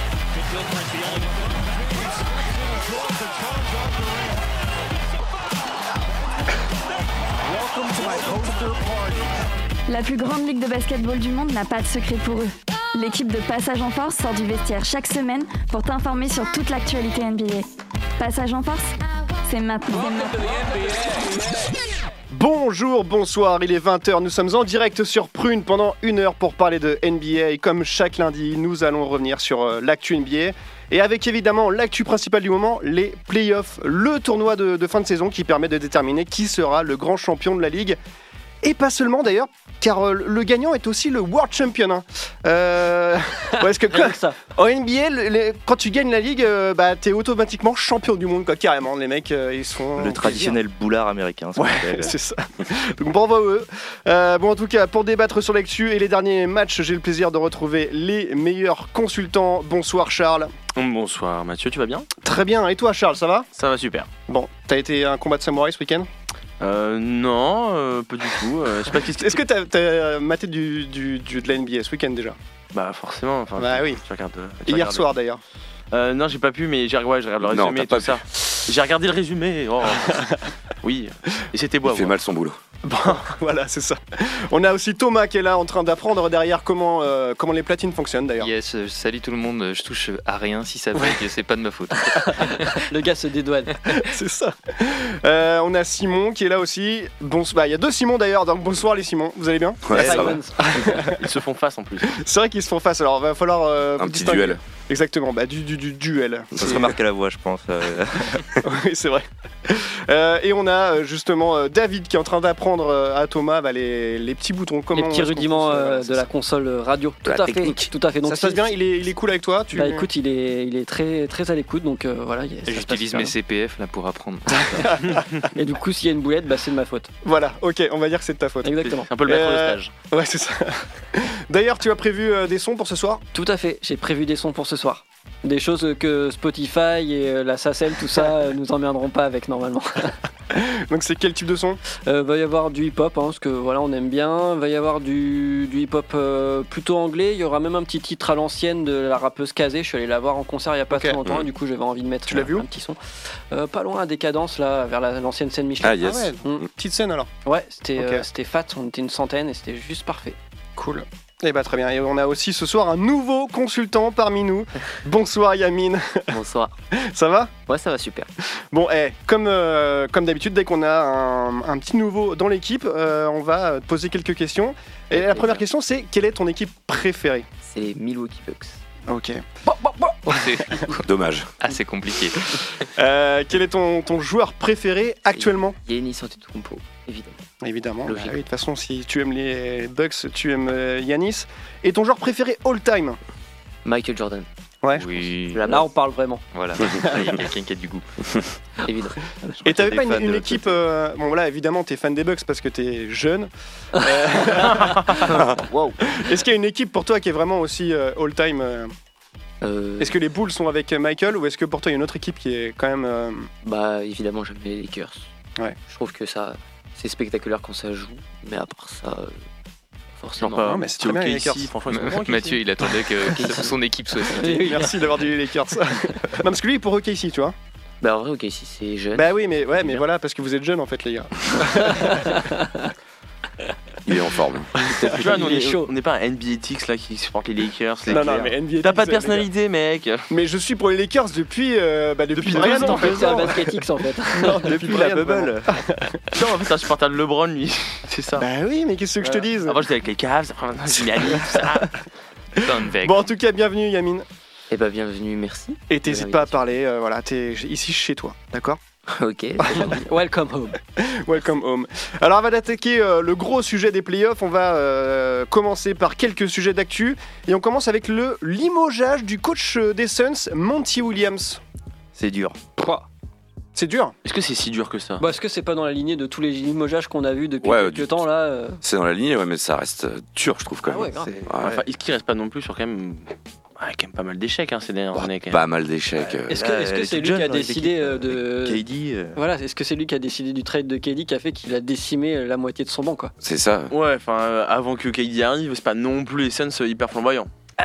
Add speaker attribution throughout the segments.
Speaker 1: Silver at the old.
Speaker 2: La plus grande ligue de basketball du monde n'a pas de secret pour eux. L'équipe de Passage en Force sort du vestiaire chaque semaine pour t'informer sur toute l'actualité NBA. Passage en Force, c'est maintenant.
Speaker 3: Bonjour, bonsoir, il est 20h, nous sommes en direct sur Prune pendant une heure pour parler de NBA. Comme chaque lundi, nous allons revenir sur euh, l'actu NBA. Et avec évidemment l'actu principale du moment, les playoffs, le tournoi de, de fin de saison qui permet de déterminer qui sera le grand champion de la ligue. Et pas seulement d'ailleurs, car euh, le gagnant est aussi le World Champion. hein. Euh, parce que
Speaker 1: Rien que ça.
Speaker 3: en NBA, le- les- quand tu gagnes la ligue, euh, bah, t'es automatiquement champion du monde, quoi, carrément. Les mecs, euh, ils sont.
Speaker 4: Le traditionnel boulard américain. ça
Speaker 3: Ouais,
Speaker 4: s'appelle.
Speaker 3: c'est ça. Donc bravo à eux. Euh, bon, en tout cas, pour débattre sur l'actu et les derniers matchs, j'ai le plaisir de retrouver les meilleurs consultants. Bonsoir Charles.
Speaker 5: Hum, Bonsoir Mathieu, tu vas bien
Speaker 3: Très bien. Et toi, Charles, ça va
Speaker 5: Ça va super.
Speaker 3: Bon, t'as été à un combat de samouraï ce week-end
Speaker 5: Euh, non, euh, pas du tout. euh, je sais pas qu'est-ce
Speaker 3: Est-ce que t'as, t'as, euh, maté du, du- du- de la NBA ce week-end déjà
Speaker 5: Bah forcément. Enfin,
Speaker 3: Bah
Speaker 5: tu-
Speaker 3: oui.
Speaker 5: Tu regardes. euh, tu
Speaker 3: Hier
Speaker 5: regardes.
Speaker 3: soir d'ailleurs.
Speaker 5: Euh, non, j'ai pas pu, mais j'ai ouais, je regarde le
Speaker 6: Non,
Speaker 5: résumé et
Speaker 6: t'as
Speaker 5: tout ça. J'ai regardé le résumé. oh. oui. Et c'était beau. à
Speaker 6: Il fait
Speaker 5: voir.
Speaker 6: mal son boulot.
Speaker 3: Bon, voilà, c'est ça. On a aussi Thomas qui est là en train d'apprendre derrière comment, euh, comment les platines fonctionnent d'ailleurs.
Speaker 7: Yes, euh, salut tout le monde, je touche à rien si ça bug, c'est pas de ma faute.
Speaker 1: Le gars se dédouane.
Speaker 3: C'est ça. Euh, on a Simon qui est là aussi. Bonsoir. Bah, il y a deux Simons d'ailleurs, donc bonsoir les Simons. Vous allez bien
Speaker 6: Ouais, ça va.
Speaker 1: Simons.
Speaker 5: Ils se font face en plus.
Speaker 3: C'est vrai qu'ils se font face, alors va falloir. euh,
Speaker 6: Un petit
Speaker 3: distinguer.
Speaker 6: duel.
Speaker 3: Exactement, bah, du, du, du duel.
Speaker 4: Ça se
Speaker 3: C'est-
Speaker 4: remarque à la voix, je pense. euh.
Speaker 3: oui, c'est vrai. Euh, et on a euh, justement euh, David qui est en train d'apprendre euh, à Thomas bah, les, les petits boutons. Comment
Speaker 1: Les petits
Speaker 3: est-ce qu'on
Speaker 1: rudiments
Speaker 3: fonctionne,
Speaker 1: euh,
Speaker 3: voilà, c'est
Speaker 1: de la
Speaker 3: ça.
Speaker 1: console euh, radio. Tout
Speaker 4: la
Speaker 1: à fait.
Speaker 4: technique.
Speaker 1: Tout à fait. Donc,
Speaker 3: ça se passe
Speaker 1: si-
Speaker 3: bien, il est, il est cool avec toi. Tu...
Speaker 1: Bah écoute, il est, il est très, très à l'écoute, donc euh, voilà. il- ça se passe
Speaker 7: J'utilise
Speaker 1: bien.
Speaker 7: mes CPF là pour apprendre.
Speaker 5: hein.
Speaker 1: Et du coup, s'il y a une boulette, bah, c'est de ma faute.
Speaker 3: Voilà, ok, on va dire que c'est de ta faute.
Speaker 1: Exactement.
Speaker 5: C'est un peu le maître de
Speaker 3: Euh,
Speaker 5: stage.
Speaker 3: Ouais, c'est ça. D'ailleurs, tu as prévu euh, des sons pour ce soir
Speaker 1: Tout à fait. J'ai prévu des sons pour ce soir. Des choses que Spotify et euh, la Sacelle, tout ça, euh, nous emmerderont pas avec normalement.
Speaker 3: Donc, c'est quel type de son
Speaker 1: Euh, va y avoir du hip-hop, hein, parce que voilà, on aime bien. Va y avoir du, du hip-hop euh, plutôt anglais. Il y aura même un petit titre à l'ancienne de la rappeuse Kazé. Je suis allé la voir en concert il y a pas
Speaker 3: Ok. Mmh.
Speaker 1: très longtemps, et du coup, j'avais envie de mettre
Speaker 3: Tu l'as
Speaker 1: un,
Speaker 3: vu où
Speaker 1: un petit son. Euh, pas loin, à Décadence, là, vers la- l'ancienne scène Michelin.
Speaker 6: Ah yes.
Speaker 3: Ah ouais,
Speaker 1: Mm.
Speaker 3: petite scène alors.
Speaker 1: Ouais, c'était
Speaker 3: Ok.
Speaker 1: euh, c'était fat, on était une centaine et c'était juste parfait.
Speaker 3: Cool. Et bah, très bien. Et on a aussi ce soir un nouveau consultant parmi nous. Bonsoir, Yamine.
Speaker 8: Bonsoir.
Speaker 3: Ça va
Speaker 8: Ouais, ça va super.
Speaker 3: Bon, eh, comme, euh, comme d'habitude, dès qu'on a un, un petit nouveau dans l'équipe, euh, on va euh, te poser quelques questions. Et la première question, c'est quelle est ton équipe préférée
Speaker 8: C'est les Milwaukee Bucks.
Speaker 3: Ok.
Speaker 7: Oh, C'est
Speaker 6: Dommage.
Speaker 7: assez compliqué.
Speaker 3: Euh, quel est ton, ton joueur préféré actuellement
Speaker 8: Yannis Antetokounmpo, évidemment.
Speaker 3: Évidemment.
Speaker 8: Logique.
Speaker 3: bah oui, de toute façon, si tu aimes les Bucks, tu aimes euh, Yanis. Et ton joueur préféré all-time
Speaker 8: Michael Jordan.
Speaker 3: Ouais.
Speaker 7: Oui,
Speaker 8: La
Speaker 1: Là, on parle vraiment.
Speaker 7: voilà. Ah, Il y a quelqu'un qui a du goût.
Speaker 8: évidemment.
Speaker 3: Et t'avais
Speaker 6: Des
Speaker 3: pas une,
Speaker 6: fans de
Speaker 3: une
Speaker 6: l'autre
Speaker 3: équipe. euh, bon, là, évidemment, t'es fan des Bucks parce que t'es jeune. Euh,
Speaker 8: Wow.
Speaker 3: Est-ce qu'il y a une équipe pour toi qui est vraiment aussi euh, all-time euh,
Speaker 8: Euh,
Speaker 3: Est-ce que les Bulls sont avec euh, Michael ou est-ce que pour toi, il y a une autre équipe qui est quand même. euh,
Speaker 8: Bah, évidemment, j'aime les Lakers.
Speaker 3: Ouais.
Speaker 8: Je trouve que ça, c'est spectaculaire quand ça joue, mais à part ça, euh,
Speaker 5: Genre
Speaker 8: forcément.
Speaker 5: pas.
Speaker 3: mais c'est
Speaker 5: petit
Speaker 3: très bien,
Speaker 5: hockey
Speaker 3: les Lakers.
Speaker 5: ici, franchement, ils sont bons, les
Speaker 7: Mathieu, il attendait que que son équipe soit citée.
Speaker 3: Merci d'avoir dit les Lakers. non, parce que lui, il est pour OKC, tu vois.
Speaker 8: Bah, en vrai, ok, si c'est jeune.
Speaker 3: Bah oui, mais, ouais, mais
Speaker 8: bien.
Speaker 3: voilà, parce que vous êtes jeunes, en fait, les gars.
Speaker 6: Il est en forme.
Speaker 5: Tu vois, nous, on
Speaker 1: Il est
Speaker 5: est
Speaker 1: chaud.
Speaker 5: On n'est pas un NBA Tix là qui supporte les Lakers. les
Speaker 3: Non, non,
Speaker 5: Lakers.
Speaker 3: mais NBA.
Speaker 5: T'as pas de
Speaker 3: les gars.
Speaker 5: personnalité, mec.
Speaker 3: Mais je suis pour les Lakers depuis. euh, bah, depuis
Speaker 5: Depuis
Speaker 3: Brian,
Speaker 5: deux ans,
Speaker 3: en fait.
Speaker 1: C'est un basketix en fait.
Speaker 3: Non,
Speaker 5: Depuis
Speaker 3: Brian,
Speaker 5: la bubble.
Speaker 3: vraiment.
Speaker 5: Non, en fait, c'est un supporter de LeBron, lui. C'est ça.
Speaker 3: Bah oui, mais qu'est-ce que je te dise
Speaker 5: Avant, j'étais avec les Cavs. après, maintenant, j'ai Miami, tout ça.
Speaker 7: Steinweg.
Speaker 3: Bon, en tout cas, bienvenue, Yamine.
Speaker 8: Et bah, bienvenue, merci.
Speaker 3: Et t'hésites pas à parler, euh, voilà, t'es ici chez toi, d'accord
Speaker 8: ok.
Speaker 1: Welcome home.
Speaker 3: Welcome home. Alors, on va attaquer euh, le gros sujet des playoffs. On va euh, commencer par quelques sujets d'actu. Et on commence avec le limogeage du coach euh, des Suns, Monty Williams.
Speaker 4: C'est dur.
Speaker 3: C'est dur.
Speaker 5: Est-ce que c'est si dur que ça
Speaker 1: Bon, Bah, est-ce que c'est pas dans la lignée de tous les limogeages qu'on a vus depuis
Speaker 6: Ouais,
Speaker 1: quelques
Speaker 6: du-
Speaker 1: temps là euh,
Speaker 6: C'est dans la ligne, ouais, mais ça reste euh, dur, je trouve quand
Speaker 1: Ah
Speaker 6: même.
Speaker 1: ouais, grave.
Speaker 4: C'est-
Speaker 6: Ouais.
Speaker 5: Enfin, il qui reste pas non plus sur quand même, ouais, quand même pas mal d'échecs hein, ces dernières
Speaker 6: Bah,
Speaker 5: années. Quand même.
Speaker 6: Pas mal d'échecs. euh.
Speaker 1: Est-ce que
Speaker 4: Là,
Speaker 1: est-ce
Speaker 4: elle
Speaker 1: que c'est
Speaker 4: était
Speaker 1: lui qui a
Speaker 4: jeune, avec
Speaker 1: décidé euh,
Speaker 4: l'équipe, euh,
Speaker 1: de
Speaker 4: KD. euh,
Speaker 1: voilà, est-ce que c'est lui qui a décidé du trade de Kelly qui a fait qu'il a décimé euh, la moitié de son banc quoi
Speaker 6: C'est ça.
Speaker 5: Ouais, enfin, euh, avant que KD arrive, c'est pas non plus les Suns euh, hyper flamboyants.
Speaker 1: Eh,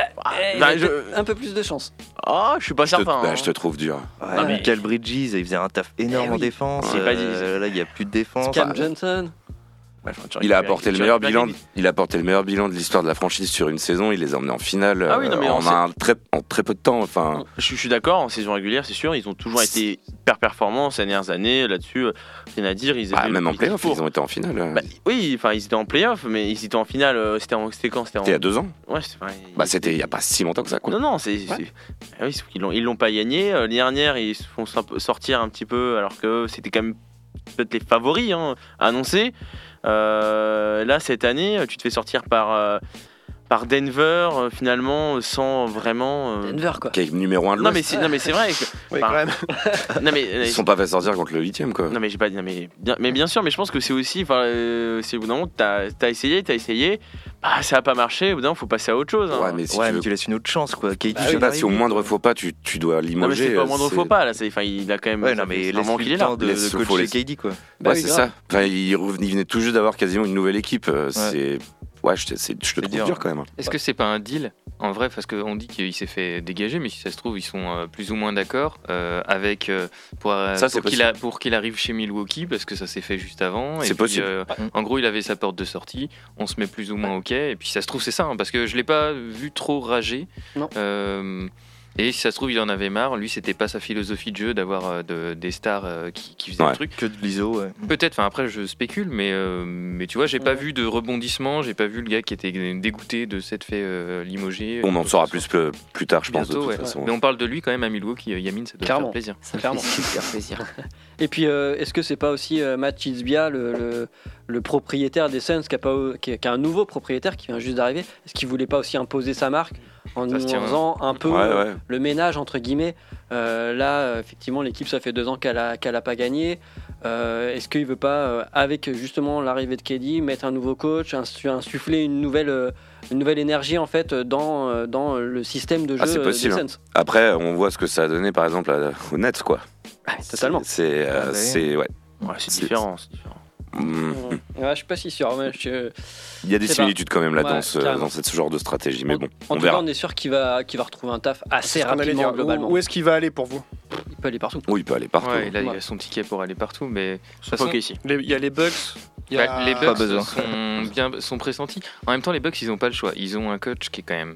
Speaker 1: il
Speaker 5: bah,
Speaker 1: a
Speaker 5: je-
Speaker 1: peut-être Un peu plus de chance.
Speaker 5: Ah, je suis pas
Speaker 6: Je te,
Speaker 5: certain. hein.
Speaker 6: bah, je te trouve dur.
Speaker 1: Non, mais-
Speaker 4: Michael Bridges, il faisait un taf énorme
Speaker 1: Eh oui.
Speaker 4: en défense.
Speaker 5: J'ai pas dit-
Speaker 4: euh, là, il n'y a plus de défense. Ah,
Speaker 1: Cam Johnson.
Speaker 5: Bah, tu
Speaker 6: Il a
Speaker 5: récupères-
Speaker 6: apporté le
Speaker 5: tu
Speaker 6: meilleur
Speaker 5: récupères
Speaker 6: bilan. Il a apporté le meilleur bilan de l'histoire de la franchise sur une saison. Il les a emmenés en finale
Speaker 5: Ah oui, non,
Speaker 6: euh,
Speaker 5: mais on
Speaker 6: en,
Speaker 5: sait-
Speaker 6: un très, en très peu de temps. Enfin,
Speaker 5: Je, je suis d'accord, en saison régulière, c'est sûr, ils ont toujours été hyper performants ces dernières années. Là-dessus, euh, rien à dire. Ils
Speaker 6: bah,
Speaker 5: avaient-
Speaker 6: même en
Speaker 5: ils-
Speaker 6: playoff,
Speaker 5: ils-
Speaker 6: ils ont été en finale. euh,
Speaker 5: Bah, oui, enfin, ils étaient en playoff, mais ils étaient en finale. euh, C'était en... c'était quand C'était en.
Speaker 6: C'était il y a deux ans.
Speaker 5: Ouais, c'était- enfin, ils-
Speaker 6: Bah, c'était il n'y a pas si longtemps que ça. Quoi.
Speaker 5: Non, non, c'est. c'est- Ah oui, sauf qu'ils l'ont- ils l'ont pas gagné. Euh, L'année dernière, ils se font simp- sortir un petit peu, alors que c'était quand même peut-être les favoris hein, annoncés. Euh, là, cette année, tu te fais sortir par, euh, par Denver, euh, finalement, sans vraiment. euh,
Speaker 1: Denver, quoi.
Speaker 6: Qui est numéro un de
Speaker 5: Non mais,
Speaker 6: l'Ouest.
Speaker 5: c'est, non mais c'est vrai que-
Speaker 3: Oui,
Speaker 5: Enfin,
Speaker 3: quand même.
Speaker 5: non mais, euh,
Speaker 6: Ils se sont pas fait sortir contre le huitième quoi.
Speaker 5: non mais j'ai pas non mais bien, mais bien sûr mais je pense que c'est aussi enfin euh, c'est au bout d'un moment t'as, t'as essayé t'as essayé bah ça a pas marché au bout d'un moment faut passer à autre chose hein.
Speaker 6: Ouais, mais si
Speaker 4: ouais,
Speaker 6: tu
Speaker 4: mais
Speaker 6: veux-
Speaker 4: tu laisses une autre chance, quoi. Katie,
Speaker 6: je sais
Speaker 4: vient
Speaker 6: pas si au
Speaker 4: d'arriver.
Speaker 6: moindre faux pas tu, tu dois
Speaker 5: non mais
Speaker 6: limoger.
Speaker 5: c'est pas au
Speaker 6: euh,
Speaker 5: moindre
Speaker 6: c'est-
Speaker 5: faux pas là c'est, enfin, il a quand même
Speaker 4: Ouais,
Speaker 5: ça
Speaker 4: non,
Speaker 5: fait
Speaker 4: mais
Speaker 5: un
Speaker 4: laisse
Speaker 5: moment qu'il est là
Speaker 4: de,
Speaker 6: Laisse-
Speaker 4: de
Speaker 6: faut
Speaker 4: coacher
Speaker 6: laisser-
Speaker 4: KD, quoi.
Speaker 6: Bah,
Speaker 1: Bah oui,
Speaker 6: c'est
Speaker 1: grave.
Speaker 6: ça. Enfin, il, revenait- il venait tout juste d'avoir quasiment une nouvelle équipe. euh, C'est ouais, je, te- c'est- je te
Speaker 4: C'est
Speaker 6: trouve
Speaker 4: dur.
Speaker 6: dur. quand même. hein.
Speaker 7: Est-ce que c'est pas un deal en vrai Parce qu'on dit qu'il s'est fait dégager, mais si ça se trouve, ils sont euh, plus ou moins d'accord euh, avec euh, pour, euh,
Speaker 6: Ça, c'est
Speaker 7: pour qu'il a- pour qu'il arrive chez Milwaukee parce que ça s'est fait juste avant. et
Speaker 6: C'est
Speaker 7: puis,
Speaker 6: possible.
Speaker 7: euh, en gros, il avait sa porte de sortie. On se met plus ou moins ok. Et puis ça se trouve, c'est ça, hein, parce que je l'ai pas vu trop rager.
Speaker 1: Non.
Speaker 7: Euh, et si ça se trouve, il en avait marre. Lui, c'était pas sa philosophie de jeu d'avoir euh, de- des stars euh, qui, qui faisaient
Speaker 6: Ouais.
Speaker 7: le truc.
Speaker 4: Que de l'ISO, ouais.
Speaker 7: Peut-être, enfin après je spécule, mais, euh, mais tu vois, j'ai pas vu de rebondissement, j'ai pas vu le gars qui était dégoûté de s'être fait euh, limoger.
Speaker 6: On en
Speaker 7: Euh,
Speaker 6: saura plus plus, plus tard, je pense
Speaker 7: Bientôt,
Speaker 6: de
Speaker 7: ouais.
Speaker 6: toute façon.
Speaker 7: Mais on parle de lui quand même à Milwaukee, euh, Yamine, ça doit
Speaker 1: Clairement.
Speaker 7: faire plaisir.
Speaker 8: Ça me
Speaker 1: Clairement.
Speaker 8: fait super plaisir.
Speaker 1: Et puis, euh, est-ce que c'est pas aussi euh, Matt Chisbia, le, le- le propriétaire des Suns, qui a, pas, qui, a- qui a un nouveau propriétaire qui vient juste d'arriver Est-ce qu'il voulait pas aussi imposer sa marque en,
Speaker 7: Ça se tient,
Speaker 1: en faisant un peu
Speaker 6: Ouais,
Speaker 1: euh,
Speaker 6: ouais.
Speaker 1: le ménage, entre guillemets Euh, Là, euh, effectivement, l'équipe, ça fait deux ans qu'elle a, qu'elle a pas gagné. Euh, est-ce qu'il veut pas, euh, avec justement l'arrivée de KD, mettre un nouveau coach, insu- insuffler une nouvelle, euh, une nouvelle énergie en fait euh, dans, euh, dans le système de jeu
Speaker 6: Ah, c'est
Speaker 1: euh,
Speaker 6: possible,
Speaker 1: des Suns
Speaker 6: Après, on voit ce que ça a donné, par exemple, à- aux Nets, quoi.
Speaker 1: Totalement.
Speaker 6: C'est, euh,
Speaker 4: Ah, ouais.
Speaker 6: c'est, ouais.
Speaker 5: Ouais, c'est
Speaker 6: C'est-
Speaker 5: différent. c'est différent.
Speaker 6: Mm.
Speaker 1: Ouais, je suis pas si sûr. mais je-
Speaker 6: Il y a des
Speaker 1: Je sais pas.
Speaker 6: similitudes quand même euh, là
Speaker 1: Ouais,
Speaker 6: dans, ce,
Speaker 1: carrément.
Speaker 6: dans cette- ce genre de stratégie, mais bon,
Speaker 1: En
Speaker 6: on
Speaker 1: tout cas,
Speaker 6: verra.
Speaker 1: on est sûr qu'il va, qu'il va retrouver un taf assez
Speaker 3: C'est ce qu'on allait
Speaker 1: rapidement,
Speaker 3: dire.
Speaker 1: globalement.
Speaker 3: Où, où est-ce qu'il va aller pour vous
Speaker 1: Il peut aller partout.
Speaker 6: Oui, il peut aller partout. hein.
Speaker 7: Ouais, il, a, il a
Speaker 1: Ouais.
Speaker 7: son ticket pour aller partout, mais de toute
Speaker 5: Faut
Speaker 7: façon,
Speaker 5: que ici.
Speaker 3: Les- Il y a les Bucks. il y
Speaker 7: bah,
Speaker 3: a-
Speaker 7: les
Speaker 4: Pas
Speaker 7: Bucks
Speaker 4: besoin.
Speaker 7: sont, bien, sont pressentis. En même temps, les Bucks, ils ont pas le choix. Ils ont un coach qui est quand même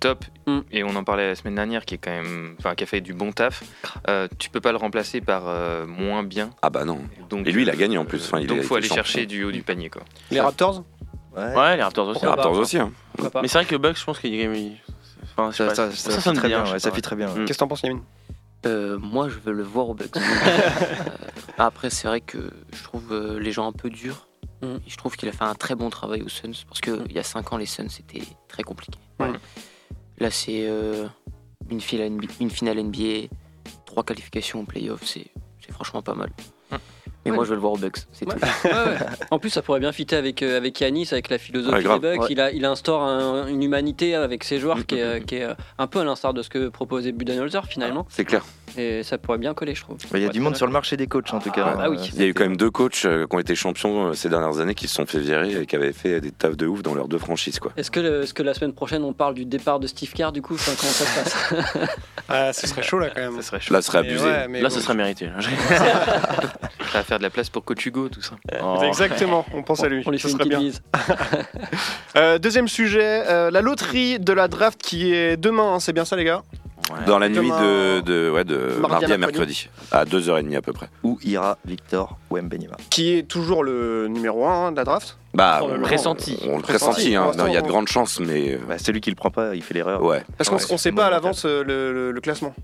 Speaker 7: top,
Speaker 1: Mm.
Speaker 7: et on en parlait la semaine dernière, qui est quand même, enfin, qui a fait du bon taf. Euh, tu peux pas le remplacer par euh, moins bien.
Speaker 6: Ah bah non.
Speaker 7: Donc,
Speaker 6: Et lui, il a gagné en plus. Enfin, il
Speaker 7: donc
Speaker 6: a
Speaker 7: faut
Speaker 6: été
Speaker 7: aller
Speaker 6: champion.
Speaker 7: chercher du haut du panier, quoi.
Speaker 3: Les Raptors
Speaker 4: Ouais.
Speaker 5: Ouais, les Raptors aussi.
Speaker 6: Les Raptors aussi. hein.
Speaker 1: Pourquoi pas
Speaker 5: Mais c'est vrai que Bucks, je pense qu'il est quand même. Enfin, je sais
Speaker 4: Ça,
Speaker 5: pas,
Speaker 4: ça,
Speaker 5: ça
Speaker 4: ça, fit
Speaker 5: sonne
Speaker 4: très bien,
Speaker 5: je sais
Speaker 4: ouais, ça
Speaker 5: pas,
Speaker 4: fit très bien. ouais.
Speaker 5: Mm.
Speaker 3: Qu'est-ce que t'en penses, Yamine
Speaker 8: Euh, moi, je veux le voir au Bucks. Euh, après, c'est vrai que je trouve euh, les gens un peu durs.
Speaker 5: Mm.
Speaker 1: Mhm.
Speaker 8: Je trouve qu'il a fait un très bon travail aux Suns parce que il y a 5 ans, les Suns c'était très compliqué. Mm.
Speaker 3: Ouais.
Speaker 8: Là, c'est euh, une, finale NBA, une finale NBA, trois qualifications en playoff, c'est c'est franchement pas mal.
Speaker 5: Mm.
Speaker 7: Mhm.
Speaker 8: Mais
Speaker 1: Ouais.
Speaker 8: moi, je veux le voir au Bucks. C'est
Speaker 1: Ouais.
Speaker 8: tout.
Speaker 1: Ouais, ouais. En plus, ça pourrait bien fitter avec, euh, avec Yanis, avec la
Speaker 4: Ah,
Speaker 1: philosophie
Speaker 6: Ouais, grave.
Speaker 1: des Bucks.
Speaker 8: Ouais.
Speaker 1: Il, a, il instaure un- une humanité avec ses joueurs
Speaker 4: Mm,
Speaker 1: qui est, euh, qui est euh, un peu à l'instar de ce que proposait Budenholzer finalement.
Speaker 6: C'est clair.
Speaker 1: Et ça pourrait bien coller, je trouve.
Speaker 4: Il y a du monde sur le marché des coachs, en tout cas.
Speaker 1: Ah,
Speaker 4: hein,
Speaker 1: oui.
Speaker 4: euh,
Speaker 6: Il y a eu quand même deux coachs euh, qui ont été champions euh, ces dernières années qui se sont fait virer et qui avaient fait des tafs de ouf dans leurs deux franchises, quoi.
Speaker 1: Est-ce que, le- est-ce que la semaine prochaine, on parle du départ de Steve Kerr, du coup Enfin, Comment ça se passe
Speaker 3: Ah, ce serait chaud là quand même.
Speaker 5: Ça serait chaud.
Speaker 6: Là, ce serait
Speaker 3: Mais
Speaker 6: abusé.
Speaker 3: ouais, mais
Speaker 5: Là,
Speaker 3: bon.
Speaker 5: ça serait mérité.
Speaker 1: hein.
Speaker 7: Ça va faire de la place pour Coach Hugo, tout ça.
Speaker 5: Oh.
Speaker 3: Exactement, on pense à lui.
Speaker 1: On lui
Speaker 3: Ce
Speaker 1: fait une
Speaker 3: serait
Speaker 1: petite
Speaker 3: bien.
Speaker 1: bise.
Speaker 3: Euh, deuxième sujet, euh, la loterie de la draft qui est demain, hein, c'est bien ça les gars
Speaker 6: Dans la nuit
Speaker 3: Demain-
Speaker 6: de, de- ouais, de
Speaker 3: Mardi à
Speaker 6: mardi à
Speaker 3: mercredi.
Speaker 6: mercredi, à 2h30 à peu près.
Speaker 4: Où ira Victor Wembanyama
Speaker 3: Qui est toujours le numéro 1 de la draft
Speaker 6: Bah,
Speaker 1: Oh là
Speaker 6: on-
Speaker 1: là.
Speaker 5: Pressenti.
Speaker 6: On,
Speaker 3: Pressenti,
Speaker 6: le pressentit,
Speaker 3: pour
Speaker 6: hein.
Speaker 3: l'instant,
Speaker 6: Non, il y a
Speaker 3: on-
Speaker 6: de grandes chances, mais. euh,
Speaker 4: bah, Celui qui le prend pas, il fait l'erreur.
Speaker 6: Ouais.
Speaker 3: Parce qu'on
Speaker 4: Ouais,
Speaker 3: on
Speaker 4: c'est
Speaker 3: sait pas à
Speaker 4: monumental.
Speaker 3: l'avance euh, le, le- le classement.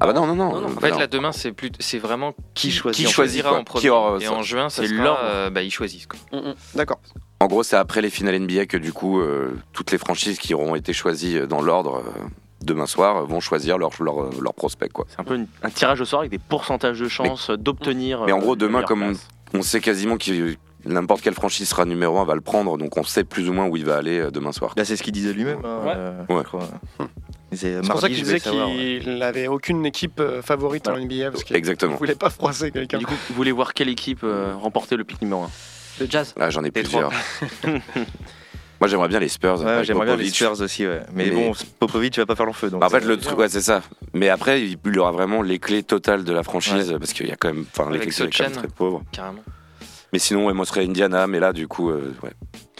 Speaker 6: Ah bah non, non, non.
Speaker 1: Non, non,
Speaker 7: En fait, là, demain, c'est plus, c'est vraiment
Speaker 4: Qui choisit,
Speaker 7: qui
Speaker 4: en
Speaker 7: choisira
Speaker 6: fait, quoi.
Speaker 7: en premier.
Speaker 6: Qui aura-
Speaker 7: et en juin, ça
Speaker 5: c'est
Speaker 7: sera,
Speaker 5: l'ordre.
Speaker 7: euh, bah, ils choisissent. Quoi.
Speaker 1: Mm, mm.
Speaker 3: D'accord.
Speaker 6: En gros, c'est après les finales NBA que du coup, euh, toutes les franchises qui auront été choisies euh, dans l'ordre euh, demain soir euh, vont choisir leur, leur, euh, leur prospect. Quoi.
Speaker 5: C'est un peu une- un tirage au sort avec des pourcentages de chances d'obtenir.
Speaker 6: Mais en
Speaker 5: euh,
Speaker 6: gros,
Speaker 5: la
Speaker 6: demain,
Speaker 5: meilleure
Speaker 6: comme
Speaker 5: place.
Speaker 6: On sait quasiment que n'importe quelle franchise sera numéro 1 va le prendre, donc on sait plus ou moins où il va aller euh, demain soir.
Speaker 4: Là, c'est ce qu'il disait lui-même. hein,
Speaker 1: Ouais.
Speaker 4: euh,
Speaker 6: Ouais.
Speaker 4: je crois.
Speaker 7: Hmm.
Speaker 4: C'est
Speaker 3: C'est pour ça
Speaker 4: mardi,
Speaker 3: qu'il
Speaker 4: je vais
Speaker 3: disait
Speaker 4: savoir, ouais.
Speaker 3: qu'il n'avait aucune équipe euh, favorite en NBA parce qu'il ne
Speaker 6: Exactement.
Speaker 3: voulait pas froisser quelqu'un.
Speaker 5: Du coup, vous voulez
Speaker 6: Ah,
Speaker 5: voir quelle équipe euh, remporter le pic numéro 1
Speaker 1: Le jazz.
Speaker 6: Là, j'en ai
Speaker 7: Des
Speaker 6: plusieurs. Moi, j'aimerais bien les Spurs.
Speaker 4: Ouais,
Speaker 6: avec
Speaker 4: j'aimerais bien les
Speaker 6: Popovic.
Speaker 4: Spurs aussi, ouais. Mais,
Speaker 6: Mais-
Speaker 4: bon, Popovic va pas faire long feu. Donc
Speaker 6: Bah, En fait, le truc, ouais, c'est ça. Mais après, il il aura vraiment les clés totales de la franchise parce qu'il y a quand même, enfin, les clés
Speaker 7: Avec
Speaker 6: sont quand même
Speaker 7: Sochan.
Speaker 6: très pauvres.
Speaker 7: carrément.
Speaker 6: Mais sinon, ouais, moi, ce serait Indiana, mais là, du coup, euh, ouais.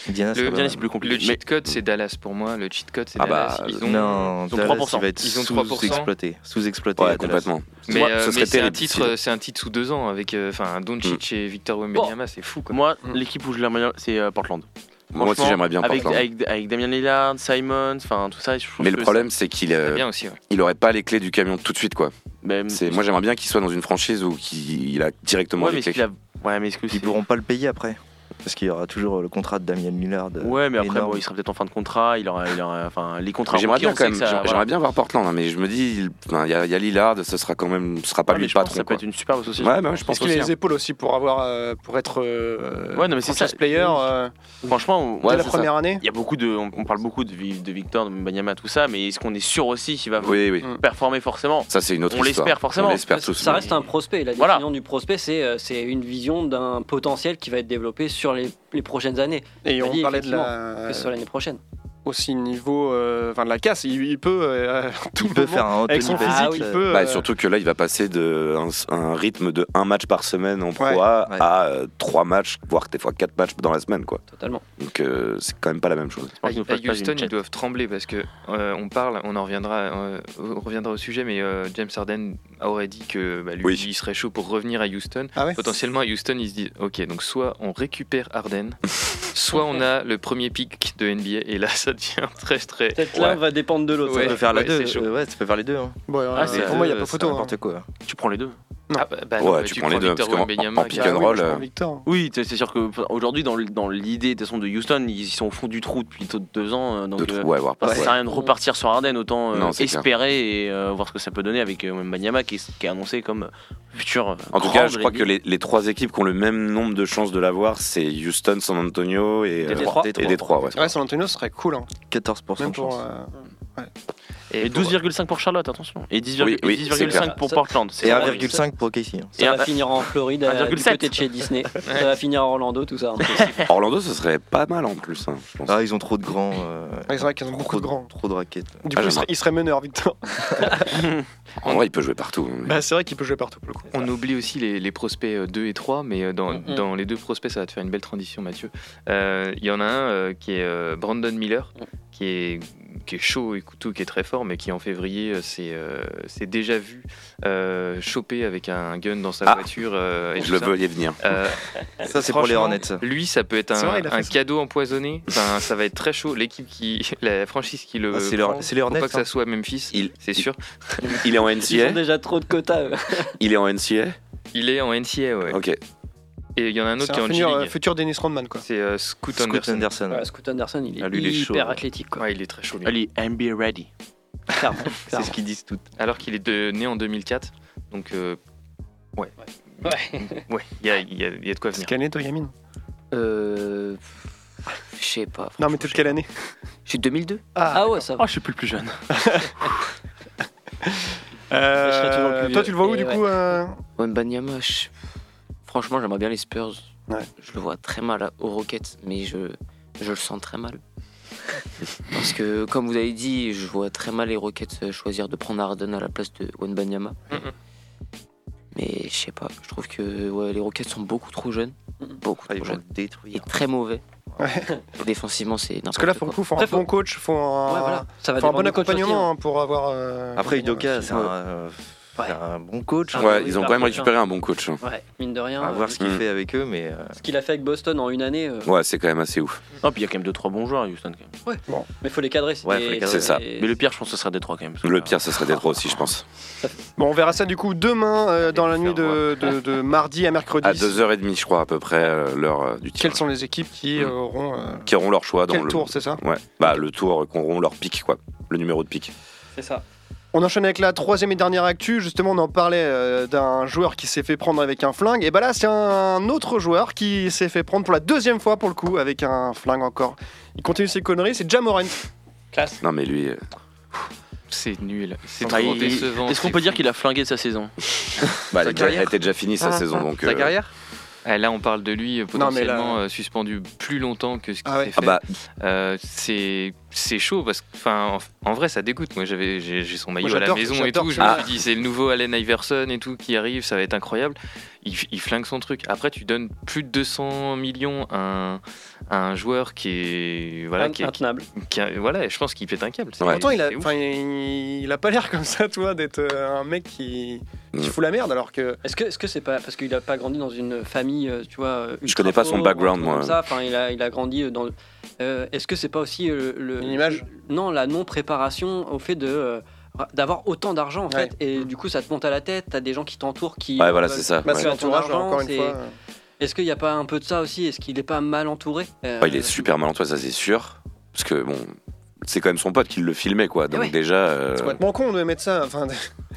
Speaker 4: Diana, c'est
Speaker 7: Le-
Speaker 4: pas
Speaker 5: Bien,
Speaker 4: mal.
Speaker 5: c'est plus compliqué.
Speaker 7: Le cheat code, c'est Dallas pour moi. Le cheat code, c'est
Speaker 6: Ah bah,
Speaker 7: Dallas. Ils ont,
Speaker 4: non,
Speaker 5: ils ont
Speaker 4: Dallas,
Speaker 5: 3%.
Speaker 4: il va être
Speaker 7: Ils ont 3%.
Speaker 4: sous-exploité. Sous-exploité.
Speaker 6: Ouais,
Speaker 4: Dallas.
Speaker 6: complètement.
Speaker 7: mais
Speaker 6: Moi,
Speaker 7: euh,
Speaker 6: ce
Speaker 7: mais
Speaker 6: serait
Speaker 7: c'est un
Speaker 6: terrible.
Speaker 7: titre, c'est un titre sous deux ans avec, euh, enfin, Doncic et Victor Wembanyama, c'est fou quoi.
Speaker 5: Moi,
Speaker 1: Mm.
Speaker 5: l'équipe où je l'aime bien, c'est euh, Portland.
Speaker 6: Moi aussi,
Speaker 5: Franchement,
Speaker 6: j'aimerais bien
Speaker 5: avec,
Speaker 6: Portland.
Speaker 5: Avec, avec Damien Lillard, Simons, enfin tout ça. Je trouve
Speaker 6: Mais le
Speaker 5: que
Speaker 6: problème, c'est qu'il
Speaker 7: C'est
Speaker 6: euh,
Speaker 7: bien aussi. ouais.
Speaker 6: il aurait pas les clés du camion tout de suite, quoi.
Speaker 5: c'est- ben,
Speaker 6: C'est, moi, j'aimerais bien qu'il soit dans une franchise où qu'il- il a directement
Speaker 5: ouais, mais
Speaker 6: les
Speaker 5: est-ce
Speaker 6: clés.
Speaker 5: qu'il a- ouais, mais est-ce que
Speaker 4: Ils
Speaker 5: c'est-
Speaker 4: pourront pas le payer après. Parce qu'il y aura toujours le contrat de Damien Millard.
Speaker 5: Ouais, mais après,
Speaker 4: énorme.
Speaker 5: bon, il sera peut-être en fin de contrat. Il aura, il aura, enfin, les contrats.
Speaker 6: Mais J'aimerais
Speaker 5: rookies,
Speaker 6: bien
Speaker 5: on
Speaker 6: quand
Speaker 5: sait
Speaker 6: même.
Speaker 5: que ça-
Speaker 6: j'aimerais-
Speaker 5: voilà.
Speaker 6: J'aimerais bien voir Portland, hein, mais je me dis, il enfin, il y, a- il y a Lillard, ce sera quand même, ce sera pas
Speaker 5: Ouais, Ah,
Speaker 6: lui
Speaker 5: mais
Speaker 6: le
Speaker 5: je pense que
Speaker 6: patron.
Speaker 5: Ça peut
Speaker 6: quoi.
Speaker 5: être une super association.
Speaker 6: Ouais, bah, ouais, je pense
Speaker 3: Parce
Speaker 6: que
Speaker 3: qu'il a
Speaker 6: aussi.
Speaker 3: les épaules aussi pour avoir, euh, pour être. euh,
Speaker 5: Ouais, non, mais c'est
Speaker 3: franchise
Speaker 5: ça.
Speaker 3: player
Speaker 5: Oui.
Speaker 3: euh,
Speaker 5: Franchement, on-
Speaker 3: dès
Speaker 5: ouais,
Speaker 3: la
Speaker 5: c'est ça.
Speaker 3: première année.
Speaker 5: Il y a beaucoup de, on, on parle beaucoup de, Vi- de Victor, de Banyama, tout ça, mais est-ce qu'on est sûr aussi qu'il va Mm.
Speaker 6: Oui, oui.
Speaker 5: performer forcément
Speaker 6: Ça, c'est une autre
Speaker 5: On
Speaker 6: histoire.
Speaker 5: l'espère forcément.
Speaker 6: On l'espère
Speaker 1: Ça-
Speaker 6: tous.
Speaker 1: Ça
Speaker 6: mais-
Speaker 1: reste un prospect. La
Speaker 5: Voilà.
Speaker 1: définition du prospect, c'est euh, c'est une vision d'un potentiel qui va être développé sur les, les prochaines années,
Speaker 3: Et on
Speaker 1: Oui,
Speaker 3: parlait de la.
Speaker 1: que sur l'année prochaine.
Speaker 3: Aussi niveau. euh, Enfin, de la casse. Il, il peut. euh, à tout
Speaker 4: Il peut
Speaker 3: moment,
Speaker 4: faire un
Speaker 3: Avec
Speaker 4: Anthony
Speaker 3: son physique,
Speaker 4: Davis,
Speaker 1: Ah oui.
Speaker 3: il
Speaker 4: euh,
Speaker 3: peut.
Speaker 6: Bah,
Speaker 3: euh,
Speaker 6: surtout que là, il va passer de un, un rythme de un match par semaine en pro A
Speaker 4: Ouais.
Speaker 6: à euh, trois matchs, voire des fois quatre matchs dans la semaine, quoi.
Speaker 1: Totalement.
Speaker 6: Donc euh, c'est quand même pas la même chose.
Speaker 5: Je pense qu'il nous
Speaker 7: À
Speaker 5: fasse pas
Speaker 7: Houston,
Speaker 5: une
Speaker 7: ils
Speaker 5: chaîne.
Speaker 7: doivent trembler parce que euh, on parle, on en reviendra, euh, on reviendra au sujet, mais euh, James Harden aurait dit que bah, lui,
Speaker 6: Oui.
Speaker 7: il serait chaud pour revenir à Houston.
Speaker 3: Ah ouais
Speaker 7: Potentiellement à Houston, ils se disent, ok, donc soit on récupère Harden, soit on a le premier pic de NBA, et là ça devient très très.
Speaker 1: Peut-être
Speaker 6: l'un
Speaker 1: l'un
Speaker 6: Ouais.
Speaker 1: va dépendre de l'autre.
Speaker 7: Ouais.
Speaker 4: peut faire les
Speaker 7: ouais,
Speaker 4: deux.
Speaker 7: c'est chaud.
Speaker 4: Euh, Ouais, tu peux faire les deux. hein.
Speaker 3: Bon, euh,
Speaker 5: Ah, c'est-
Speaker 3: pour moi, il n'y a
Speaker 4: Euh,
Speaker 3: pas
Speaker 4: c'est
Speaker 3: photo. hein.
Speaker 4: N'importe quoi.
Speaker 5: Tu prends les deux.
Speaker 7: Ah, bah, bah
Speaker 6: Ouais,
Speaker 7: non, bah,
Speaker 6: tu prends les deux,
Speaker 7: Victor
Speaker 6: parce qu'en-
Speaker 7: Wembanyama
Speaker 6: en- en
Speaker 7: qui-
Speaker 6: pick
Speaker 3: Ah
Speaker 6: and
Speaker 3: oui,
Speaker 6: roll,
Speaker 3: je prends
Speaker 6: euh,
Speaker 3: Victor.
Speaker 5: Oui, c'est c'est sûr que aujourd'hui, dans, le- dans l'idée de, toute façon, de Houston, ils sont au fond du trou depuis tôt- deux ans. euh, Donc,
Speaker 6: de
Speaker 5: euh,
Speaker 6: trou, ouais, voire pas.
Speaker 5: Ça sert à rien de repartir sur Arden, autant euh,
Speaker 6: Non, c'est clair.
Speaker 5: espérer et euh, voir ce que ça peut donner avec euh, Wembanyama qui, est- qui est annoncé comme futur. euh,
Speaker 6: En tout
Speaker 5: grand
Speaker 6: cas,
Speaker 5: de
Speaker 6: je crois
Speaker 5: la
Speaker 6: que
Speaker 5: NBA.
Speaker 6: les, les trois équipes qui ont le même nombre de chances de l'avoir, c'est Houston, San Antonio et
Speaker 1: Et
Speaker 6: euh,
Speaker 1: Détroit.
Speaker 6: et Détroit, ouais.
Speaker 3: Ouais, San Antonio serait cool. hein.
Speaker 4: 14%
Speaker 3: Même
Speaker 4: de
Speaker 3: pour.
Speaker 4: chance.
Speaker 3: euh,
Speaker 5: Et
Speaker 7: pour-
Speaker 5: 12,5 pour Charlotte, attention. Et 10,5
Speaker 6: Oui, oui,
Speaker 5: et
Speaker 6: c'est
Speaker 5: 10,5
Speaker 6: clair.
Speaker 5: pour Portland. C'est
Speaker 4: Et
Speaker 5: vraiment-
Speaker 4: 1,5 pour Casey. hein.
Speaker 1: Ça
Speaker 5: Et
Speaker 1: va
Speaker 5: un-
Speaker 1: finir en Floride, à- du
Speaker 5: 1,7.
Speaker 1: côté de chez Disney. Ça va finir à Orlando, tout ça. hein.
Speaker 6: Orlando, ce serait pas mal en plus, hein, je pense.
Speaker 4: Ah, ils ont trop de grands. euh,
Speaker 3: ouais, C'est vrai qu'ils Ah, ont
Speaker 4: trop
Speaker 3: beaucoup de grands.
Speaker 4: Trop de raquettes.
Speaker 3: Du
Speaker 6: Ah,
Speaker 3: coup, il serait,
Speaker 6: j'aimerais.
Speaker 3: il serait meneur, Victor.
Speaker 6: En vrai, il peut jouer partout. hein.
Speaker 3: Bah, c'est vrai qu'il peut jouer partout pour le coup.
Speaker 7: On oublie aussi les, les prospects euh, 2 et 3, mais euh,
Speaker 3: Mm,
Speaker 7: dans,
Speaker 1: Mhm.
Speaker 7: dans les deux prospects, ça va te faire une belle transition, Mathieu. Euh, Il y en a un euh, qui est euh, Brandon Miller,
Speaker 3: Mm.
Speaker 1: Mhm.
Speaker 7: qui est, qui est chaud et coûteux, qui est très fort, mais qui en février euh, s'est euh, s'est déjà vu euh, choper avec un gun dans sa
Speaker 6: Ah.
Speaker 7: voiture. euh, et
Speaker 6: Je
Speaker 7: tout
Speaker 6: le
Speaker 7: ça.
Speaker 6: veuillais venir.
Speaker 7: Euh,
Speaker 4: Ça, c'est pour les
Speaker 7: franchement,
Speaker 4: Hornets. ça.
Speaker 7: Lui, ça peut être
Speaker 3: C'est
Speaker 7: un,
Speaker 3: vrai, il a fait
Speaker 7: un
Speaker 3: ça.
Speaker 7: cadeau empoisonné. Enfin, ça va être très chaud. L'équipe qui, la franchise qui le.
Speaker 4: Ah, C'est les
Speaker 7: prend,
Speaker 4: Horn- c'est les
Speaker 7: faut
Speaker 4: Hornets.
Speaker 7: pas que ça
Speaker 4: hein.
Speaker 7: soit Memphis,
Speaker 6: Il-
Speaker 7: c'est
Speaker 6: il-
Speaker 7: sûr.
Speaker 6: Il est en
Speaker 1: Ils ont
Speaker 6: NCA
Speaker 1: déjà trop de quotas. eux.
Speaker 6: Il est en NCA
Speaker 7: Il est en NCA, ouais.
Speaker 6: Ok.
Speaker 7: Et il y en a un autre
Speaker 3: C'est
Speaker 7: qui est
Speaker 3: un
Speaker 7: en
Speaker 3: futur, euh,
Speaker 7: G-League.
Speaker 3: futur Dennis Rodman, quoi.
Speaker 7: C'est euh, Scoot,
Speaker 4: Scoot
Speaker 7: Anderson.
Speaker 4: Anderson.
Speaker 1: Ouais, Scoot Anderson, il est,
Speaker 4: Ah, lui, il est
Speaker 1: hyper
Speaker 4: chaud.
Speaker 1: athlétique. Quoi.
Speaker 7: Ouais, il est très chaud. lui.
Speaker 5: Allez, NBA ready.
Speaker 1: Clairement,
Speaker 4: C'est
Speaker 1: clairement.
Speaker 4: ce qu'ils disent toutes.
Speaker 7: Alors qu'il est de- né en 2004, donc euh, ouais. Ouais, il y, a- il y a- il y a de quoi
Speaker 3: C'est
Speaker 7: venir.
Speaker 3: quelle année, toi, Yamin
Speaker 8: Euh. Je sais pas.
Speaker 3: Non, mais t'es de quelle année
Speaker 8: Je suis 2002.
Speaker 1: Ah ouais, ça va.
Speaker 5: Ah, je suis plus le plus jeune.
Speaker 3: Euh,
Speaker 1: Je serais toujours le plus vieux.
Speaker 3: Toi, tu le vois où,
Speaker 1: Et
Speaker 3: du
Speaker 1: ouais.
Speaker 3: coup euh,
Speaker 8: Wembanyama, je- franchement, j'aimerais bien les Spurs.
Speaker 3: Ouais.
Speaker 8: Je le vois très mal à- aux Rockets, mais je, je le sens très mal. Parce que, comme vous avez dit, je vois très mal les Rockets euh, choisir de prendre Harden à la place de Wembanyama.
Speaker 7: Mhm.
Speaker 8: Mais je sais pas, je trouve que ouais, les Rockets sont beaucoup trop jeunes.
Speaker 1: Mhm.
Speaker 8: Beaucoup
Speaker 4: Ah, ils
Speaker 8: trop
Speaker 4: vont
Speaker 8: jeunes. Et
Speaker 4: détruire.
Speaker 8: très mauvais.
Speaker 3: Ouais.
Speaker 8: Défensivement, c'est n'importe
Speaker 3: Parce que là, pour
Speaker 8: quoi.
Speaker 3: le coup, faut un
Speaker 1: Après,
Speaker 3: bon coach, faut un,
Speaker 1: Ouais, voilà. Ça va
Speaker 3: faut un
Speaker 1: dépendre
Speaker 3: bon
Speaker 1: du coach aussi,
Speaker 3: accompagnement
Speaker 1: hein.
Speaker 3: hein, pour avoir. euh,
Speaker 4: Après,
Speaker 3: pour-
Speaker 4: Udoka, c'est un, euh,
Speaker 1: Ouais.
Speaker 4: c'est un bon coach.
Speaker 1: Ah,
Speaker 4: hein.
Speaker 1: bah
Speaker 6: Ouais,
Speaker 1: oui,
Speaker 6: ils ont
Speaker 1: par
Speaker 6: quand même
Speaker 1: contre,
Speaker 6: récupéré un bon coach. hein.
Speaker 1: Ouais, mine de rien.
Speaker 4: À voir
Speaker 1: euh,
Speaker 4: ce qu'il
Speaker 6: Mm.
Speaker 4: fait avec eux, mais. euh,
Speaker 1: ce qu'il a fait avec Boston en une année. euh,
Speaker 6: Ouais, c'est quand même assez ouf.
Speaker 5: Non, puis il y a quand même 2-3 bons joueurs à Houston. Quand même.
Speaker 1: Mais faut les cadrer. c'est
Speaker 4: Ouais,
Speaker 1: des-
Speaker 4: faut les cadrer.
Speaker 6: C'est ça.
Speaker 1: des-
Speaker 5: Mais le pire, je pense que ce serait Détroit quand même. parce que euh,
Speaker 6: Le
Speaker 5: là-
Speaker 6: pire, ce serait Détroit aussi, je pense.
Speaker 3: Bon, on verra ça du coup demain, euh, dans la
Speaker 5: faire
Speaker 3: nuit de,
Speaker 1: hein.
Speaker 3: de- de mardi à mercredi.
Speaker 6: À 2h30, je crois, à peu près, euh, l'heure euh, du tir.
Speaker 3: Quelles sont les équipes qui
Speaker 1: Mm.
Speaker 3: euh, auront. euh,
Speaker 6: Qui auront leur choix dans
Speaker 3: Quel
Speaker 6: le.
Speaker 3: tour, c'est ça
Speaker 6: Ouais, bah le tour qu'on rompt leur pic quoi, le numéro de pic.
Speaker 1: C'est ça.
Speaker 3: On enchaîne avec la troisième et dernière actu. Justement, on en parlait euh, d'un joueur qui s'est fait prendre avec un flingue. Et bah là, c'est un autre joueur qui s'est fait prendre pour la deuxième fois, pour le coup, avec un flingue encore. Il continue ses conneries, c'est Jamoran.
Speaker 1: Classe.
Speaker 6: Non mais lui, euh,
Speaker 7: C'est nul. C'est
Speaker 5: Bah,
Speaker 7: trop
Speaker 5: il-
Speaker 7: décevant.
Speaker 5: Est-ce qu'on
Speaker 7: c'est
Speaker 5: peut dire
Speaker 7: fou.
Speaker 5: qu'il a flingué sa saison
Speaker 6: bah, elle, était-
Speaker 4: carrière
Speaker 6: elle était déjà finie sa saison donc.
Speaker 4: Sa
Speaker 6: euh,
Speaker 4: carrière
Speaker 7: Ah, là, on parle de lui euh,
Speaker 3: Ah. Non, mais là-
Speaker 7: potentiellement euh, suspendu plus longtemps que ce qu'il
Speaker 3: Ah ouais.
Speaker 7: s'est
Speaker 6: Ah
Speaker 7: fait.
Speaker 6: bah,
Speaker 7: Euh, c'est c'est chaud parce que enfin en, en vrai ça dégoûte moi j'avais j'ai j'ai son maillot
Speaker 3: Moi,
Speaker 7: à la
Speaker 3: j'adore-
Speaker 7: maison et
Speaker 3: j'adore
Speaker 7: tout je
Speaker 6: Ah.
Speaker 3: celui-là.
Speaker 7: me suis dit c'est le nouveau Allen Iverson et tout qui arrive ça va être incroyable il, f- il flingue son truc après tu donnes plus de 200 millions à un, à un joueur qui est voilà
Speaker 1: In-
Speaker 7: qui, est-
Speaker 1: intenable.
Speaker 7: qui a- voilà je pense qu'il pète un câble C'est-
Speaker 6: Ouais.
Speaker 3: Pourtant, il a,
Speaker 7: c'est ouf.
Speaker 3: enfin, il, il a pas l'air comme ça, toi, d'être euh, un mec qui, qui
Speaker 6: Mm.
Speaker 3: fout la merde, alors que.
Speaker 1: Est-ce que est-ce que c'est pas parce qu'il a pas grandi dans une famille, euh, tu vois, euh, ultra
Speaker 6: connais pas son
Speaker 1: pauvre,
Speaker 6: background,
Speaker 1: un truc
Speaker 6: moi.
Speaker 1: Comme ça, enfin, il a il a grandi euh, dans. Euh, Est-ce que c'est pas aussi euh, le,
Speaker 3: Une image
Speaker 1: Non, la non préparation au fait de euh, d'avoir autant d'argent en
Speaker 3: Ouais.
Speaker 1: fait, et du coup ça te monte à la tête. T'as des gens qui t'entourent qui.
Speaker 6: ouais, voilà,
Speaker 1: veulent-
Speaker 6: c'est ça.
Speaker 3: Bah,
Speaker 6: ouais.
Speaker 3: c'est
Speaker 1: Ouais.
Speaker 3: l'entourage,
Speaker 1: Ton argent,
Speaker 3: encore une
Speaker 1: c'est-
Speaker 3: fois.
Speaker 1: Est-ce qu'il n'y a pas un peu de ça aussi Est-ce qu'il est pas mal entouré Euh,
Speaker 6: Bah, il est super mal en toi, ça c'est sûr. Parce que bon, c'est quand même son pote qui le filmait, quoi. Donc
Speaker 1: ouais.
Speaker 6: déjà. euh,
Speaker 3: C'est complètement con de mettre ça. Enfin,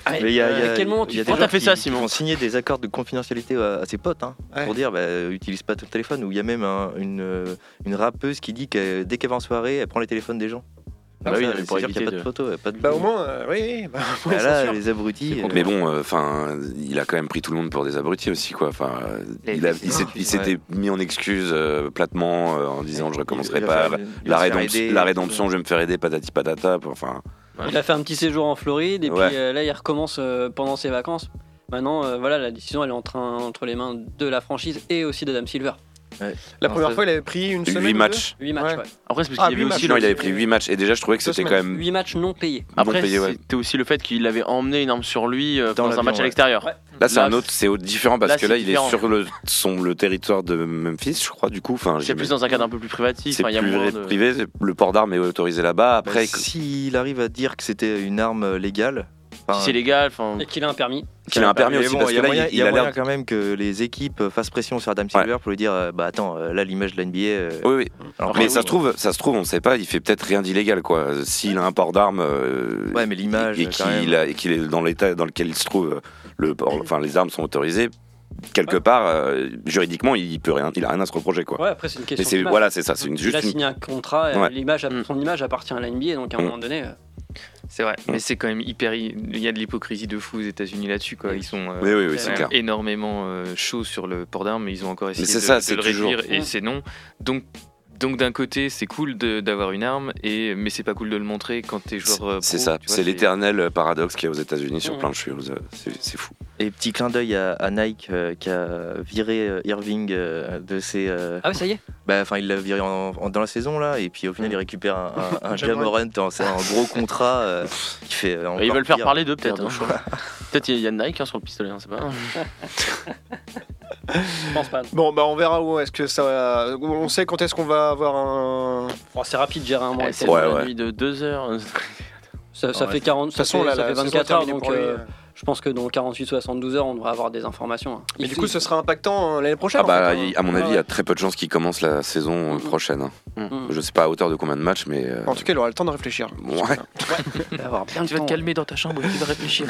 Speaker 1: mais
Speaker 4: il y a-
Speaker 1: à
Speaker 5: Euh,
Speaker 4: il y a-
Speaker 1: quel moment tu
Speaker 4: il y a
Speaker 1: te
Speaker 4: des
Speaker 5: Pourquoi
Speaker 4: gens
Speaker 5: t'as fait
Speaker 4: qui-
Speaker 5: ça,
Speaker 4: qui
Speaker 5: Simon
Speaker 4: font signer des accords de confidentialité à, à ses potes hein,
Speaker 3: Ouais.
Speaker 4: pour dire bah, euh, utilise pas ton téléphone. Ou il y a même un- une, euh, une rappeuse qui dit que dès qu'elle va en soirée, elle prend les téléphones des gens.
Speaker 5: Ah
Speaker 4: Donc
Speaker 5: oui,
Speaker 4: ça,
Speaker 5: mais
Speaker 4: c'est
Speaker 5: pour
Speaker 4: sûr qu'il
Speaker 5: éviter
Speaker 4: n'y a
Speaker 5: de-
Speaker 4: pas de photo. Pas de...
Speaker 3: bah, au moins, euh, oui, oui, bah, au moins,
Speaker 4: Ah
Speaker 3: ils
Speaker 4: là,
Speaker 3: sont sûrs.
Speaker 4: les abrutis.
Speaker 5: C'est
Speaker 4: euh,
Speaker 6: Mais bon, enfin, il a quand même pris tout le monde pour des abrutis aussi, quoi. Enfin, euh,
Speaker 7: Les-
Speaker 6: il a-
Speaker 7: les-
Speaker 6: il s'est- il s'était mis en excuse euh, platement euh, en disant je recommencerai
Speaker 4: il va
Speaker 6: pas.
Speaker 4: faire une- il
Speaker 6: La,
Speaker 4: va se faire
Speaker 6: rédemption-
Speaker 4: aider,
Speaker 6: la
Speaker 4: euh,
Speaker 6: rédemption, je vais me faire aider, patati patata. pour- Enfin,
Speaker 1: Il a fait un petit séjour en Floride et
Speaker 6: Ouais.
Speaker 1: puis euh, là il recommence euh, pendant ses vacances. Maintenant, euh, voilà, la décision elle est en train, entre les mains de la franchise et aussi d'Adam Silver.
Speaker 3: La
Speaker 7: Non,
Speaker 3: première
Speaker 7: ça-
Speaker 3: fois, il avait pris une semaine.
Speaker 6: 8
Speaker 3: ou
Speaker 6: matchs.
Speaker 1: 8 matchs,
Speaker 3: Ouais.
Speaker 1: ouais.
Speaker 5: Après, c'est parce qu'il
Speaker 3: Ah,
Speaker 5: y
Speaker 3: huit
Speaker 5: avait aussi
Speaker 3: matchs.
Speaker 6: Non,
Speaker 5: le-
Speaker 6: il avait pris 8 matchs. Et déjà, je trouvais que
Speaker 3: Deux
Speaker 6: c'était quand
Speaker 3: semaines.
Speaker 6: même
Speaker 1: 8 matchs non payés.
Speaker 6: non
Speaker 5: Après,
Speaker 6: payé. ouais.
Speaker 5: c'était aussi le fait qu'il avait emmené une arme sur lui euh,
Speaker 4: Dans
Speaker 5: dans un
Speaker 4: l'avion,
Speaker 5: match à
Speaker 4: ouais.
Speaker 5: l'extérieur.
Speaker 1: Ouais.
Speaker 6: Là, c'est
Speaker 5: Là,
Speaker 6: un autre, c'est au- différent parce
Speaker 5: là,
Speaker 6: que
Speaker 5: c'est
Speaker 6: là, il est
Speaker 5: différent.
Speaker 6: sur le, son, le territoire de Memphis, je crois, du coup. Enfin,
Speaker 5: C'est plus dans un cadre un peu plus privatif.
Speaker 6: C'est
Speaker 5: enfin, il y a
Speaker 6: plus
Speaker 5: moins
Speaker 6: vrai-
Speaker 5: de-
Speaker 6: privé, c'est- le port d'armes est autorisé là-bas.
Speaker 4: euh, Bah,
Speaker 6: Après,
Speaker 4: S'il arrive à dire que c'était une arme euh, légale. enfin,
Speaker 5: Si c'est légal, enfin.
Speaker 1: Et qu'il a un permis.
Speaker 6: qu'il a un permis
Speaker 4: Mais
Speaker 6: aussi,
Speaker 4: bon,
Speaker 6: parce
Speaker 4: il
Speaker 6: que
Speaker 4: y a
Speaker 6: là,
Speaker 4: moyen,
Speaker 6: il-
Speaker 4: il y a
Speaker 6: il a
Speaker 4: moyen
Speaker 6: l'air.
Speaker 4: quand même que les équipes euh, fassent pression sur Adam Silver pour lui dire euh, bah attends euh, là l'image de la NBA euh,
Speaker 6: Oui, oui.
Speaker 4: alors
Speaker 6: Mais
Speaker 4: que-
Speaker 6: ça se trouve, ça se trouve, on sait pas. Il fait peut-être rien d'illégal, quoi. S'il a un port d'armes. euh,
Speaker 4: ouais mais l'image
Speaker 6: et
Speaker 4: quand même.
Speaker 6: qu'il a- et qu'il est dans l'état dans lequel il se trouve, euh, le, port- enfin les armes sont autorisées. Quelque part, euh, juridiquement, il peut rien, il a rien à se reprocher quoi.
Speaker 1: Ouais, après c'est une
Speaker 6: Mais
Speaker 1: question.
Speaker 6: c'est
Speaker 1: d'image.
Speaker 6: voilà, c'est ça, c'est une
Speaker 1: il
Speaker 6: juste.
Speaker 1: a
Speaker 6: une-
Speaker 1: signé un contrat, et
Speaker 6: Ouais.
Speaker 1: l'image,
Speaker 5: Mm.
Speaker 1: son image appartient à la NBA, donc à un
Speaker 6: Mm.
Speaker 1: moment donné. euh,
Speaker 7: c'est vrai mais c'est quand même hyper il y a de l'hypocrisie de fou aux États-Unis là-dessus quoi ils sont euh,
Speaker 6: Oui, oui, oui,
Speaker 7: quand
Speaker 6: c'est
Speaker 7: même
Speaker 6: clair.
Speaker 7: énormément euh, chaud sur le port d'armes, mais ils ont encore essayé
Speaker 6: c'est
Speaker 7: de,
Speaker 6: ça,
Speaker 7: de
Speaker 6: c'est
Speaker 7: le
Speaker 6: toujours-
Speaker 7: réduire et
Speaker 1: Mm.
Speaker 7: c'est non. Donc donc d'un côté, c'est cool de- d'avoir une arme, et mais c'est pas cool de le montrer quand t'es joueur. euh,
Speaker 6: C'est
Speaker 7: pro,
Speaker 6: ça,
Speaker 7: tu vois,
Speaker 6: c'est l'éternel euh, paradoxe qu'il y a aux États-Unis sur
Speaker 1: Mm.
Speaker 6: plein de choses. euh, C'est c'est fou.
Speaker 4: Et petit clin d'œil à, à Nike euh, qui a viré euh, Irving euh, de ses. euh,
Speaker 1: Ah ouais, ça y est.
Speaker 4: bah, Enfin, il l'a viré en- en- dans la saison là, et puis au
Speaker 5: Mm.
Speaker 4: final, il récupère un, un, un Jamorant, en- c'est un gros contrat euh, qui fait. euh,
Speaker 5: Ils
Speaker 4: encore
Speaker 5: veulent faire
Speaker 4: pire.
Speaker 5: parler d'eux, peut-être.
Speaker 4: Pardon.
Speaker 5: hein. Peut-être il y a Nike hein, sur le pistolet, on sait pas.
Speaker 1: Je pense pas. non.
Speaker 3: Bon, bah, on verra où est-ce que ça. va- On sait quand est-ce qu'on va avoir un. De
Speaker 1: Oh, c'est rapide, Gérard. moi.
Speaker 5: Ouais, c'est
Speaker 1: ça
Speaker 6: ouais,
Speaker 5: la
Speaker 6: ouais.
Speaker 5: nuit de 2 heures.
Speaker 1: ça
Speaker 4: Ouais,
Speaker 1: fait
Speaker 4: c'est-
Speaker 1: 40,
Speaker 3: toute
Speaker 1: ça,
Speaker 3: façon,
Speaker 1: fait,
Speaker 3: là,
Speaker 1: ça
Speaker 3: la
Speaker 1: fait
Speaker 3: saison est
Speaker 1: 24 heures,
Speaker 3: terminée
Speaker 1: donc
Speaker 3: pour lui,
Speaker 1: euh,
Speaker 3: euh.
Speaker 1: je pense que dans 48-72 heures, on devrait avoir des informations. hein.
Speaker 3: Mais
Speaker 1: Il
Speaker 3: du
Speaker 1: faut-
Speaker 3: coup, ce sera impactant euh, l'année prochaine.
Speaker 6: Ah bah,
Speaker 3: en fait, hein.
Speaker 6: il- à mon avis, il y
Speaker 3: Ouais.
Speaker 6: a très peu de chances qu'il commence la saison euh, prochaine. hein.
Speaker 1: Mm.
Speaker 6: Je sais pas à hauteur de combien de matchs, mais euh,
Speaker 3: En tout cas, il aura le temps de réfléchir.
Speaker 6: ouais.
Speaker 1: il va avoir bien le
Speaker 5: Tu vas
Speaker 1: temps.
Speaker 5: te calmer dans ta chambre et tu vas réfléchir.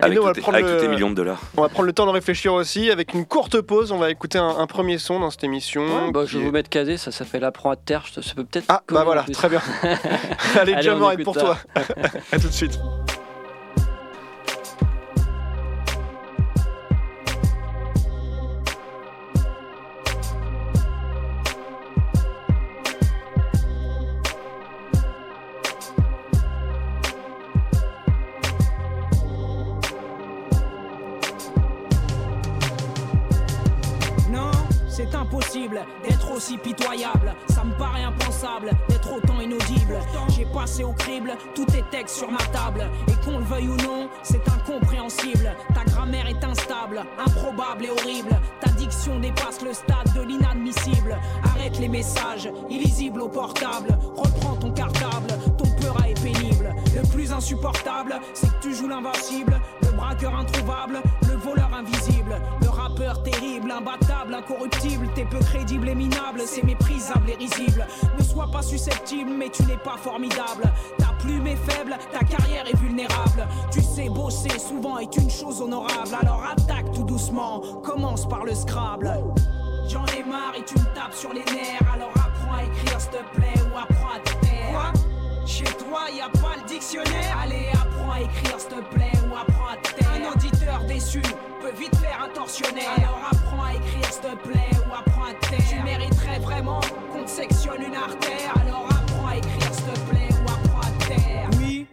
Speaker 6: avec,
Speaker 3: nous, on va
Speaker 6: tous tes-
Speaker 3: prendre
Speaker 6: avec
Speaker 3: le-
Speaker 6: tous tes millions de dollars.
Speaker 3: On va prendre le temps de réfléchir aussi. Avec une courte pause, on va écouter un, un premier son dans cette émission.
Speaker 1: Ouais, bah,
Speaker 3: qui
Speaker 1: je vais
Speaker 3: est-
Speaker 1: vous mettre casé, ça s'appelle apprends à terre. Ça, ça peut peut-être.
Speaker 3: Ah,
Speaker 1: coller
Speaker 3: bah
Speaker 1: en
Speaker 3: voilà,
Speaker 1: plus.
Speaker 3: très bien. Allez,
Speaker 1: Allez,
Speaker 3: John
Speaker 1: on
Speaker 3: Moran,
Speaker 1: écoute
Speaker 3: pour
Speaker 1: ça.
Speaker 3: toi. à tout de suite.
Speaker 9: Non, c'est impossible d'être aussi pitoyable. Ça me paraît impensable d'être autant inaudible. J'ai passé au crible tous tes textes sur ma table. Et qu'on le veuille ou non, c'est incompréhensible. Ta grammaire est instable, improbable et horrible. Ta diction dépasse le stade de l'inadmissible. Arrête les messages, illisibles au portable. Reprends ton cartable, ton peur est pénible. Le plus insupportable, c'est que tu joues l'invincible. Le braqueur introuvable, le voleur invisible. Le rappeur terrible, imbattable, incorruptible. T'es peu crédible et minable, c'est méprisable et risible. Ne sois pas susceptible, mais tu n'es pas formidable. Ta plume est faible, ta carrière est vulnérable. Tu sais, bosser souvent est une chose honorable. Alors attaque tout doucement, commence par le Scrabble. J'en ai marre et tu me tapes sur les nerfs. Alors apprends à écrire, s'il te plaît, ou apprends à te taire. Chez toi, y a pas le dictionnaire. Allez, apprends apprends à écrire, s'il te plaît, ou apprends à te taire. Un auditeur déçu peut vite faire un tortionnaire. Alors apprends à écrire, s'il te plaît, ou apprends à te taire. Tu mériterais vraiment qu'on te sectionne une artère. Alors apprends à écrire, s'il te plaît, ou apprends à te taire. Oui,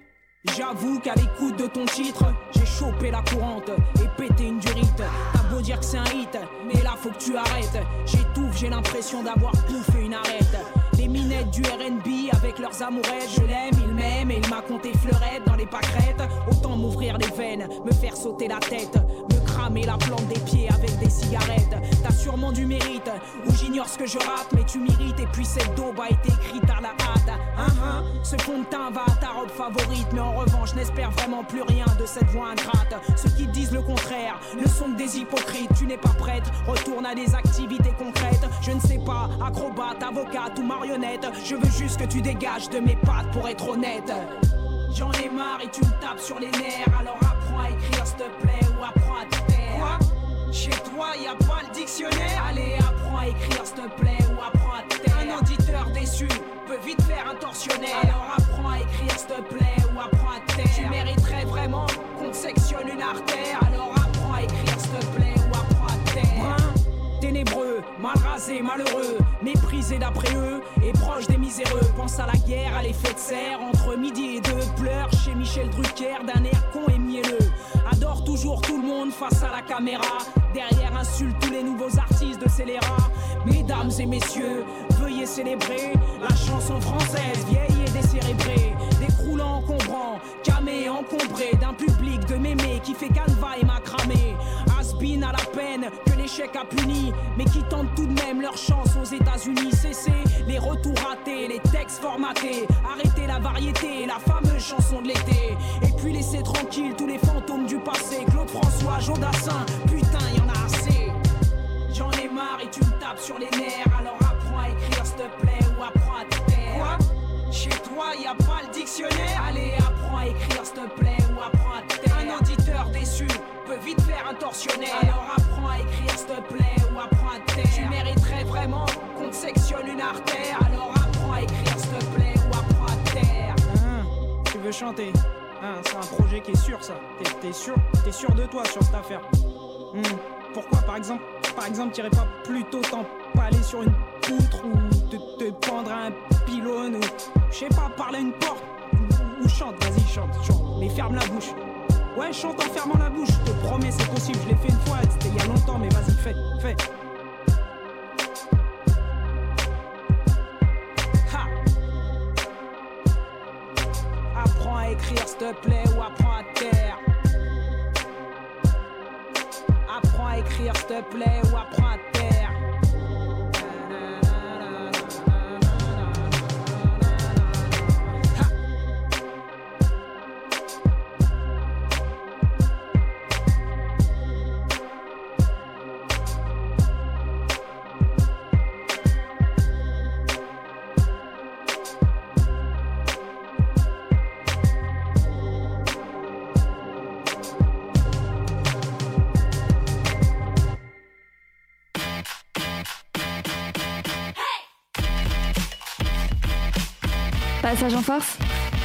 Speaker 9: J'avoue qu'à l'écoute de ton titre, j'ai chopé la courante et pété une durite. T'as beau dire que c'est un hit, mais là faut que tu arrêtes. J'étouffe, j'ai l'impression d'avoir bouffé une arête. Les minettes du RB avec leurs amourettes, je l'aime, il m'aime et il m'a compté fleurette dans les pâquerettes. Autant m'ouvrir les veines, me faire sauter la tête, me cramer la plante des pieds avec des cigarettes. T'as sûrement du mérite, ou j'ignore ce que je rate, mais tu m'irrites. Et puis cette daube a été écrite à la hâte. Hein, hein, ce fond de teint va à ta robe favorite, mais en revanche, n'espère vraiment plus rien de cette voix ingrate. Ceux qui disent le contraire ne sont que des hypocrites. Tu n'es pas prêtre, retourne à des activités concrètes. Je ne sais pas, acrobate, avocate ou marionnette. Je veux juste que tu dégages de mes pattes pour être honnête. J'en ai marre et tu me tapes sur les nerfs. Alors apprends à écrire, s'il te plaît, ou apprends à te taire. Chez toi, y a pas le dictionnaire. Allez, apprends à écrire, s'il te plaît, ou apprends à te taire. Un auditeur déçu peut vite faire un tortionnaire. Alors apprends à écrire, s'il te plaît, ou apprends à te taire. Tu mériterais vraiment qu'on te sectionne une artère. Alors apprends à écrire, s'il te plaît, ou apprends à te taire. Brun, Hein ténébreux, mal rasé, malheureux, méprisé d'après eux et proche des miséreux. Pense à la guerre, à l'effet de serre, entre midi et deux. Pleure chez Michel Drucker d'un air con et mielleux. Adore toujours tout le monde face à la caméra. Derrière insulte tous les nouveaux artistes de scélérat. Mesdames et messieurs, veuillez célébrer la chanson française, vieille et décérébrée. Décroulant, encombrant, camé, encombré d'un public de mémé qui fait canevas et macramé. Aspin à la peine que l'échec a puni, mais qui tentent tout de même leur chance aux États-Unis. Cessez les retours ratés, les textes formatés. Arrêtez la variété, la fameuse chanson de l'été. Et puis laissez tranquille tous les fantômes du passé. Claude François, Jodassin, putain, y en a assez. J'en ai marre et tu me tapes sur les nerfs. Alors apprends à écrire, s'il te plaît, ou apprends à te taire. Chez toi, y a pas le dictionnaire. Allez, apprends à écrire, s'il te plaît, ou apprends à te taire. Un auditeur déçu peut vite faire un tortionnaire. Alors apprends à écrire, s'il te plaît, ou apprends à te taire. Tu mériterais vraiment qu'on te sectionne une artère. Alors apprends à écrire, s'il te plaît, ou apprends à te taire. tu veux chanter Hein, C'est un projet qui est sûr, ça. T'es- T'es sûr, t'es sûr de toi sur cette affaire. Hmm, Pourquoi, par exemple, par exemple, t'irais pas plutôt t'empaler sur une poutre ou te, te pendre à un pylône ou, je sais pas, parler à une porte ou, ou chante, vas-y, chante, chante, mais ferme la bouche. Ouais, chante en fermant la bouche, je te promets, c'est possible, je l'ai fait une fois, c'était il y a longtemps, mais vas-y, fais, fais. Ha Apprends à écrire, s'il te plaît, ou apprends à taire. Apprends à écrire, s'il te plaît, ou apprends à taire.
Speaker 2: Passage en force,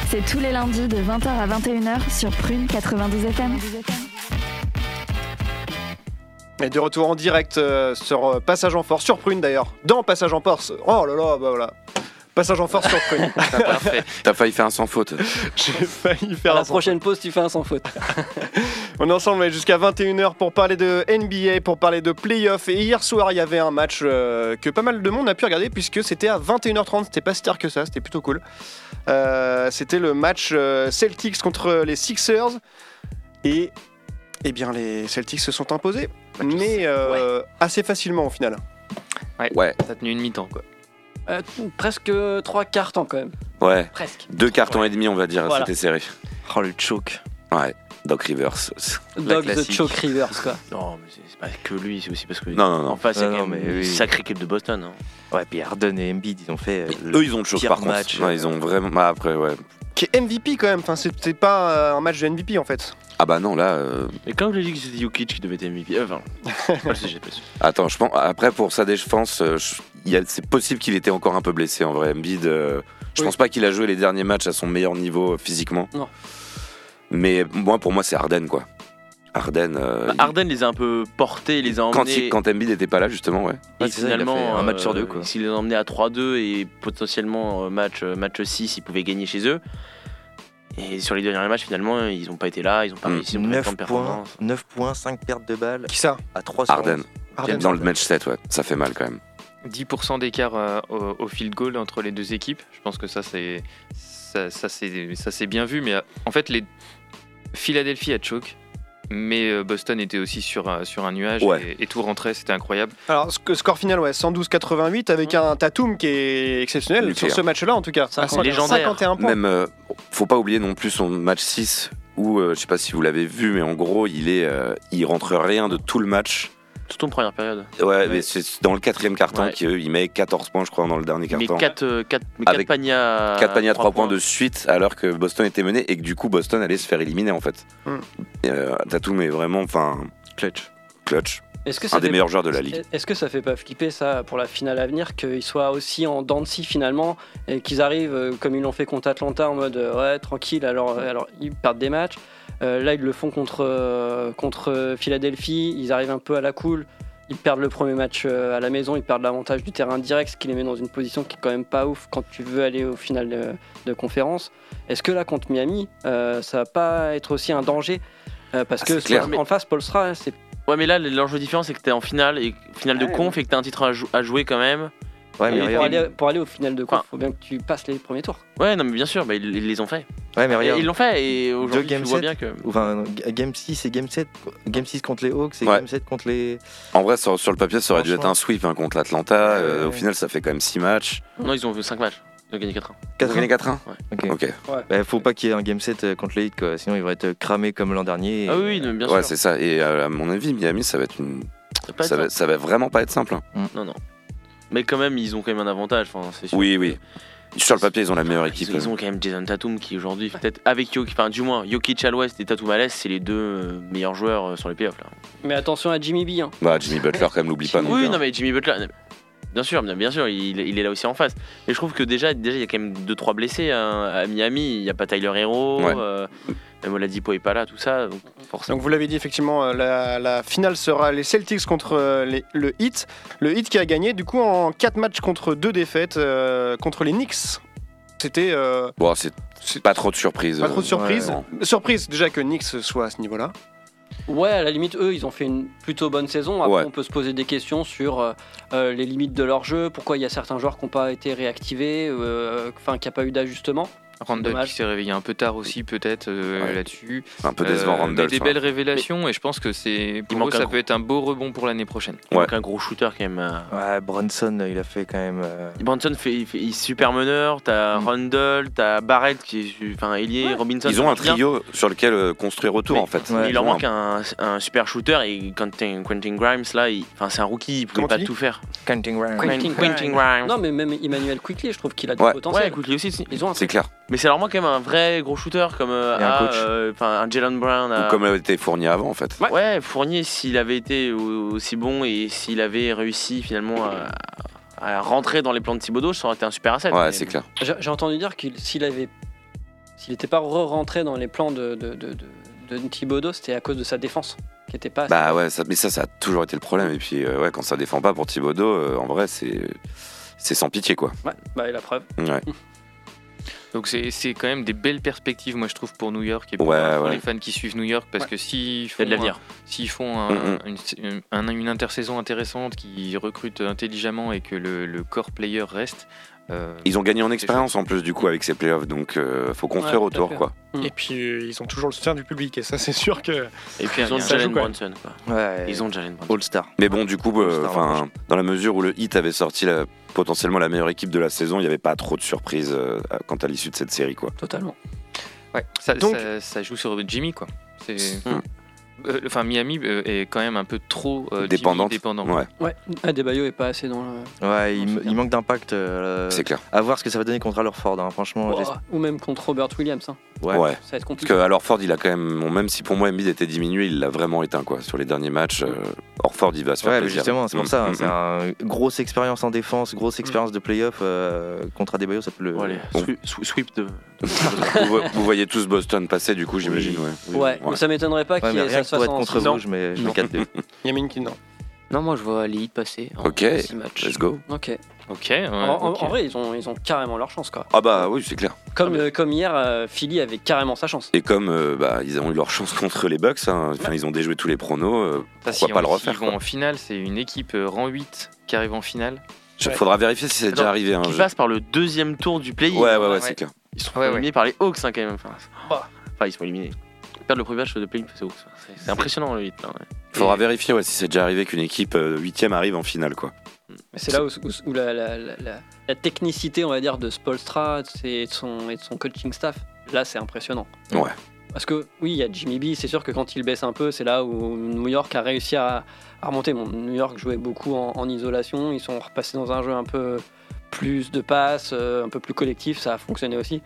Speaker 2: c'est tous les lundis de 20h à 21h sur Prune 92 FM.
Speaker 3: Et de retour en direct euh, sur euh, Passage en Force, sur Prune d'ailleurs. Dans Passage en Force. Oh là là, bah voilà. Passage en Force sur Prune.
Speaker 7: Parfait.
Speaker 6: T'as failli faire un sans faute.
Speaker 3: J'ai failli
Speaker 1: À
Speaker 3: faire
Speaker 1: la
Speaker 3: un
Speaker 1: prochaine
Speaker 3: prochaine.
Speaker 1: pause, tu fais un sans faute.
Speaker 3: On est ensemble ouais, jusqu'à 21h pour parler de NBA, pour parler de playoffs. Et hier soir, il y avait un match euh, que pas mal de monde a pu regarder puisque c'était à 21h30. C'était pas si tard que ça, c'était plutôt cool. Euh, c'était le match euh, Celtics contre les Sixers. Et eh bien, les Celtics se sont imposés, mais euh, assez facilement au final.
Speaker 6: Ouais,
Speaker 7: Ça a tenu une mi-temps, quoi.
Speaker 1: Euh, presque trois cartons quand même.
Speaker 6: ouais.
Speaker 1: Presque.
Speaker 6: Deux cartons et demi, on va dire,
Speaker 1: Voilà.
Speaker 6: c'était serré.
Speaker 5: Oh, le choke.
Speaker 6: Ouais, Doc Rivers.
Speaker 1: Dog the
Speaker 5: classique.
Speaker 1: Choke Rivers quoi.
Speaker 5: Non, mais c'est c'est pas que lui, c'est aussi parce que.
Speaker 6: Non, non, non.
Speaker 5: En face, il y a
Speaker 4: Ah,
Speaker 5: quand
Speaker 4: non,
Speaker 5: même
Speaker 4: mais
Speaker 5: une
Speaker 4: oui.
Speaker 5: sacrée équipe de Boston. hein.
Speaker 4: Ouais, puis Harden et Embiid, ils ont fait. euh, le
Speaker 6: Eux, ils ont de choses
Speaker 4: pire
Speaker 6: par contre.
Speaker 4: match. euh,
Speaker 6: Ouais, ils ont vraiment. bah, après, ouais.
Speaker 3: Qui est MVP quand même. Enfin, c'était pas euh, un match de MVP en fait.
Speaker 6: Ah bah non, là. euh,
Speaker 5: Mais quand je l'ai dit que c'était Jokic qui devait être MVP, euh, enfin, c'est pas le sujet, pas le sujet.
Speaker 6: Attends, je pense. Après, pour sa défense, euh, je- il y a- c'est possible qu'il était encore un peu blessé en vrai. Embiid, euh, je
Speaker 1: Oui.
Speaker 6: pense pas qu'il a joué les derniers matchs à son meilleur niveau euh, physiquement.
Speaker 1: Non.
Speaker 6: Mais moi, pour moi, c'est Arden, quoi. Arden. euh,
Speaker 5: Bah,
Speaker 6: il-
Speaker 5: Arden les a un peu portés, les a
Speaker 6: quand,
Speaker 5: emmenés.
Speaker 6: il- quand Embiid n'était pas là, justement, ouais.
Speaker 5: et
Speaker 4: Ouais, c'est ça, il a
Speaker 5: finalement, euh,
Speaker 4: fait un match sur deux, quoi.
Speaker 5: S'ils les ont emmenés à 3-2 et potentiellement euh, match, euh, match 6, ils pouvaient gagner chez eux. Et sur les deux derniers matchs, finalement, ils n'ont pas été là, Ah, ils n'ont pas
Speaker 6: Mm.
Speaker 5: réussi à montrer
Speaker 4: 9
Speaker 5: tant de
Speaker 4: points,
Speaker 5: performance.
Speaker 4: 9 points, 5 pertes de balles
Speaker 3: Qui ça
Speaker 4: à 3
Speaker 6: Arden.
Speaker 3: Arden.
Speaker 6: Dans le match 7, ouais. Ça fait mal, quand même.
Speaker 7: 10% d'écart euh, au, au field goal entre les deux équipes. Je pense que ça, c'est ça, ça, c'est- ça s'est bien vu. Mais euh, en fait, les Philadelphie a choke, mais euh, Boston était aussi sur, euh, sur un nuage
Speaker 6: Ouais.
Speaker 7: et, et tout rentrait. C'était incroyable.
Speaker 3: Alors, sc- score final, ouais, 112-88 avec un Tatum qui est exceptionnel
Speaker 6: Nucléaire.
Speaker 3: sur ce match-là, en tout cas.
Speaker 5: Ça, c'est
Speaker 3: 50
Speaker 5: légendaire.
Speaker 3: 51 points.
Speaker 6: Même, euh, faut pas oublier non plus son match 6, où, euh, je sais pas si vous l'avez vu, mais en gros, il, est, euh, il rentre rien de tout le match.
Speaker 5: Tout en première période.
Speaker 6: Ouais, mais c'est dans le quatrième carton
Speaker 5: Ouais.
Speaker 6: qu'il il met 14 points, je crois, dans le dernier
Speaker 5: Mais euh,
Speaker 6: carton.
Speaker 5: 4,
Speaker 6: Avec
Speaker 5: paniers à
Speaker 6: 4 paniers à 3 points de
Speaker 5: dessus.
Speaker 6: suite alors que Boston était mené et que du coup Boston allait se faire éliminer en fait.
Speaker 3: Hmm.
Speaker 6: Et, euh, Tatum est vraiment enfin
Speaker 4: Clutch.
Speaker 6: clutch,
Speaker 1: Est-ce que
Speaker 6: un
Speaker 1: ça
Speaker 6: des
Speaker 1: fait-
Speaker 6: meilleurs joueurs de la ligue.
Speaker 1: Est-ce que ça fait pas flipper ça pour la finale à venir qu'ils soient aussi en dents de scie finalement et qu'ils arrivent euh, comme ils l'ont fait contre Atlanta en mode euh, ouais tranquille alors euh, alors ils perdent des matchs Euh, là ils le font contre euh, contre euh, Philadelphie ils arrivent un peu à la cool ils perdent le premier match euh, à la maison ils perdent l'avantage du terrain direct ce qui les met dans une position qui est quand même pas ouf quand tu veux aller au final de, de conférence est-ce que là contre Miami euh, ça va pas être aussi un danger Euh, parce
Speaker 6: Ah,
Speaker 1: que
Speaker 6: c'est clair.
Speaker 1: en face Polstra c'est
Speaker 5: Ouais, mais là, l'enjeu différent, c'est que t'es en finale, et finale de conf, et que t'as un titre à, jou- à jouer quand même.
Speaker 4: Ouais,
Speaker 1: Et
Speaker 4: mais
Speaker 1: pour,
Speaker 4: regarde.
Speaker 1: aller, pour aller au final de quoi
Speaker 5: Enfin-
Speaker 1: il faut bien que tu passes les premiers tours.
Speaker 5: Ouais, non, mais bien sûr, bah, ils, ils les ont fait.
Speaker 4: Ouais, mais
Speaker 5: Et
Speaker 4: regarde.
Speaker 5: ils l'ont fait, et aujourd'hui,
Speaker 4: Game
Speaker 5: tu vois
Speaker 4: set.
Speaker 5: bien que.
Speaker 4: Enfin, non, Ga- Game 6 et Game 7. Game 6 contre les Hawks et
Speaker 6: Ouais.
Speaker 4: Game 7 contre les.
Speaker 6: En vrai sur, sur le papier ça aurait dû être
Speaker 4: Franchement.
Speaker 6: un sweep hein, contre l'Atlanta,
Speaker 4: Ouais,
Speaker 6: Euh,
Speaker 4: ouais,
Speaker 6: au
Speaker 4: ouais.
Speaker 6: final ça fait quand même 6 matchs.
Speaker 5: Non, ils ont 5 matchs. Ils ont gagné 4
Speaker 6: Vous
Speaker 4: 4
Speaker 6: gagnez 4-1
Speaker 4: Ok.
Speaker 6: Ok.
Speaker 4: Bah, faut pas qu'il y ait un Game 7 euh, contre les Heat, quoi. Sinon, ils vont être euh, cramés comme l'an dernier. et-
Speaker 5: Ah oui, oui, non, mais bien
Speaker 6: Ouais
Speaker 5: sûr.
Speaker 6: c'est ça. Et euh, à mon avis Miami ça va être une...
Speaker 5: C'est pas
Speaker 6: ça,
Speaker 5: ça.
Speaker 6: va, ça va vraiment pas être simple. hein.
Speaker 4: Mm.
Speaker 5: Non, non. Mais quand même, ils ont quand même un avantage. Enfin, c'est sûr.
Speaker 6: Oui oui. Sur le papier ils ont la meilleure
Speaker 5: Ils-
Speaker 6: équipe.
Speaker 5: Ils, ont quand même Jason Tatum qui aujourd'hui, peut-être avec Jokic, enfin du moins Jokic à l'ouest et Tatum à l'est, c'est les deux euh, meilleurs joueurs euh, sur les playoffs là.
Speaker 1: Mais attention à Jimmy B. hein.
Speaker 6: Bah Jimmy Butler quand même l'oublie pas non
Speaker 5: oui,
Speaker 6: plus, hein.
Speaker 5: non mais Jimmy Butler, non, mais- bien sûr, bien, bien sûr, il, il est là aussi en face. Mais je trouve que déjà, déjà il y a quand même deux trois blessés hein. à Miami. Il n'y a pas Tyler Hero,
Speaker 6: Ouais.
Speaker 5: euh, même Oladipo est pas là, tout ça. Donc forcément.
Speaker 3: Donc vous l'avez dit effectivement, euh, la, la finale sera les Celtics contre euh, les- le Heat. Le Heat qui a gagné du coup en 4 matchs contre 2 défaites euh, contre les Knicks. C'était euh,
Speaker 6: Bon c'est
Speaker 3: c'est-
Speaker 6: pas trop de surprise.
Speaker 3: pas trop de surprise.
Speaker 6: Ouais, non.
Speaker 3: Surprise déjà que Knicks soit à ce niveau-là.
Speaker 1: Ouais, à la limite, eux, ils ont fait une plutôt bonne saison. Après,
Speaker 6: Ouais.
Speaker 1: on peut se poser des questions sur euh, euh, les limites de leur jeu, pourquoi il y a certains joueurs qui n'ont pas été réactivés, euh, enfin, qu'il n'y a pas eu d'ajustement.
Speaker 7: Randall
Speaker 1: dommage.
Speaker 7: qui s'est réveillé un peu tard aussi, peut-être euh,
Speaker 6: Ouais.
Speaker 7: là-dessus.
Speaker 6: Un peu décevant
Speaker 7: Euh,
Speaker 6: Randolph.
Speaker 7: mais des
Speaker 6: hein.
Speaker 7: belles révélations et je pense que c'est pour
Speaker 5: manque
Speaker 7: eux,
Speaker 5: un
Speaker 7: ça
Speaker 5: gros-
Speaker 7: peut être un beau rebond pour l'année prochaine.
Speaker 5: Il
Speaker 6: ouais.
Speaker 5: manque un gros shooter quand même. euh.
Speaker 4: Ouais, Bronson, il a fait quand même. euh,
Speaker 5: Brunson fait, il fait- il est super meneur, t'as
Speaker 7: Mm.
Speaker 5: Rundle, t'as Barrett qui est enfin ailier, Robinson.
Speaker 6: Ils ont
Speaker 5: ça
Speaker 6: un
Speaker 5: marche bien.
Speaker 6: trio sur lequel euh, construire autour
Speaker 5: Mais-
Speaker 6: en fait.
Speaker 4: Ouais.
Speaker 5: il
Speaker 6: Ils
Speaker 5: leur
Speaker 6: ont un-
Speaker 5: manque un, un super shooter et Quentin, Quentin Grimes là, il- enfin c'est un rookie, il pouvait
Speaker 3: Comment
Speaker 5: pas
Speaker 3: tu dis
Speaker 5: tout faire.
Speaker 4: Counting Round.
Speaker 1: Quentin
Speaker 5: Quentin,
Speaker 1: Grimes.
Speaker 5: Quentin Grimes.
Speaker 1: Non, mais même Emmanuel Quickly, je trouve qu'il a du
Speaker 6: Ouais.
Speaker 5: ouais,
Speaker 1: potentiel.
Speaker 5: Quickly aussi. si.
Speaker 1: Ils ont un
Speaker 6: C'est clair.
Speaker 5: Mais c'est vraiment quand même un vrai gros shooter comme euh,
Speaker 4: Et un
Speaker 5: à,
Speaker 4: coach.
Speaker 5: euh, enfin un Jalen Brown. à-
Speaker 6: Ou comme euh, avait été fourni avant en fait.
Speaker 5: euh, ouais. Fournier s'il avait été au- aussi bon et s'il avait réussi finalement à, à rentrer dans les plans de Thibodeau, ça aurait été un super asset.
Speaker 6: Ouais,
Speaker 5: Mais-
Speaker 6: c'est clair.
Speaker 1: J'ai j'ai entendu dire qu'il s'il avait s'il n'était pas re-rentré dans les plans de, de, de, de- de Thibodeau, c'était à cause de sa défense qui n'était pas.
Speaker 6: Bah ouais, ça- mais ça, ça a toujours été le problème. Et puis, euh, ouais, quand ça défend pas pour Thibodeau, euh, en vrai, c'est. C'est sans pitié quoi.
Speaker 1: Ouais, bah, et la preuve.
Speaker 6: Ouais.
Speaker 7: Donc c'est c'est quand même des belles perspectives, moi je trouve, pour New York et pour,
Speaker 6: Ouais,
Speaker 7: pour
Speaker 6: ouais.
Speaker 7: les fans qui suivent New York parce que
Speaker 5: Il
Speaker 7: s'ils
Speaker 5: y
Speaker 7: font
Speaker 5: a de l'avenir.
Speaker 7: S'ils font un-
Speaker 6: Mm,
Speaker 7: une, un- une intersaison intéressante, qui recrute intelligemment et que le, le core player reste. euh,
Speaker 6: Ils ont gagné en expérience en plus du coup avec ces playoffs, donc euh, faut construire
Speaker 1: Ouais, tout à
Speaker 6: autour
Speaker 1: fait.
Speaker 6: quoi.
Speaker 1: Et
Speaker 3: Et puis euh, ils ont toujours le soutien du public et ça c'est sûr que
Speaker 5: Et puis ils ont
Speaker 7: Ça
Speaker 5: Jalen
Speaker 3: joue, quoi.
Speaker 5: Brunson. quoi.
Speaker 4: Ouais.
Speaker 5: Ils ont Jalen Brunson.
Speaker 4: All-Star.
Speaker 6: Mais bon, du coup, euh,
Speaker 4: All-Star,
Speaker 6: enfin, dans la mesure où le Hit avait sorti la- potentiellement la meilleure équipe de la saison, il n'y avait pas trop de surprises euh, à- quant à l'issue de cette série quoi.
Speaker 1: Totalement.
Speaker 7: ouais, ça,
Speaker 3: Donc-
Speaker 7: ça- ça joue sur Jimmy, quoi. C'est-
Speaker 6: Mm.
Speaker 7: Euh, Enfin, Miami euh, est quand même un peu trop euh, Jimmy
Speaker 6: Dépendante.
Speaker 7: dépendant.
Speaker 6: Ouais,
Speaker 1: Ouais, Adebayo est pas assez dans le.
Speaker 4: Ouais, il,
Speaker 1: Non, c'est
Speaker 4: il manque d'impact. euh,
Speaker 6: c'est clair.
Speaker 4: à voir ce que ça va donner contre Alorford. Hein. Franchement,
Speaker 5: Oh,
Speaker 1: Ouah,
Speaker 4: j'espère-
Speaker 1: ou même contre Robert Williams. hein.
Speaker 6: Ouais.
Speaker 1: Ça va être
Speaker 6: Parce
Speaker 1: compliqué.
Speaker 6: que alors Ford, il a quand même, bon, même si pour moi Embiid était diminué, il l'a vraiment éteint quoi. Sur les derniers matchs, euh, Orford, il va se faire
Speaker 4: Ouais, mais
Speaker 6: plaisir.
Speaker 4: justement, c'est pour
Speaker 6: Mm,
Speaker 4: ça. hein,
Speaker 6: mm,
Speaker 4: c'est
Speaker 6: mm.
Speaker 4: un- grosse expérience en défense, grosse expérience de playoff euh, contre Adebayo, ça peut le.
Speaker 5: Mm. Bon, allez,
Speaker 6: Bon.
Speaker 5: swi- swi- sweep de.
Speaker 6: vous, vo- vous voyez tous Boston passer, du coup, j'imagine. Ouais.
Speaker 1: Ouais,
Speaker 6: Ouais.
Speaker 1: mais ça m'étonnerait pas
Speaker 4: Ouais,
Speaker 1: qu'il
Speaker 4: mais
Speaker 1: ça
Speaker 4: rien
Speaker 1: se fasse
Speaker 4: que pour être
Speaker 1: en
Speaker 4: contre
Speaker 1: saison.
Speaker 4: vous, je mets, je mets
Speaker 1: Non.
Speaker 4: 4-2.
Speaker 3: Yamin qui non.
Speaker 8: Non, moi je vois Lille passer. En
Speaker 6: Ok,
Speaker 8: hein. six matchs.
Speaker 6: Let's go.
Speaker 1: Ok.
Speaker 7: Ok. ouais,
Speaker 1: En, en-
Speaker 7: ok. Ah,
Speaker 1: en vrai, ils ont, ils ont carrément leur chance, quoi.
Speaker 6: Ah bah oui, c'est clair.
Speaker 1: Comme, euh, comme hier, euh, Philly avait carrément sa chance.
Speaker 6: Et comme euh, bah, ils ont eu leur chance contre les Bucks, hein, enfin, ils ont déjoué tous les pronos. euh,
Speaker 1: Bah,
Speaker 7: Ça,
Speaker 6: pourquoi
Speaker 7: si
Speaker 6: pas
Speaker 7: on-
Speaker 6: le refaire,
Speaker 7: s'ils vont
Speaker 6: quoi.
Speaker 7: en finale, c'est une équipe euh, rang 8 qui arrive en finale.
Speaker 6: je-
Speaker 1: Ouais.
Speaker 6: Faudra vérifier si c'est déjà
Speaker 5: Attends,
Speaker 6: arrivé. hein,
Speaker 5: Qui
Speaker 6: je-
Speaker 5: passe par le deuxième tour du play
Speaker 6: Ouais, ouais, ouais, c'est
Speaker 7: Ouais.
Speaker 6: clair.
Speaker 5: Ils sont
Speaker 7: Ouais,
Speaker 5: éliminés par les Hawks hein, quand même. Enfin, c'est-
Speaker 1: Bah.
Speaker 5: enfin, ils sont éliminés. Perdre le premier match de play face aux Hawks. C'est- C'est impressionnant le 8 là. ouais.
Speaker 6: Faudra vérifier ouais, si c'est déjà arrivé qu'une équipe euh, huitième arrive en finale, quoi.
Speaker 1: Mais C'est là où, où- où la, la- la- la- la technicité, on va dire, de Spolstra et de son, et de son coaching staff, là, c'est impressionnant.
Speaker 6: Ouais.
Speaker 1: Parce que, oui, il y a Jimmy B, c'est sûr que quand il baisse un peu, c'est là où New York a réussi à, à remonter. Bon, New York jouait beaucoup en, en isolation, ils sont repassés dans un jeu un peu plus de passes, euh, un peu plus collectif, ça a fonctionné aussi.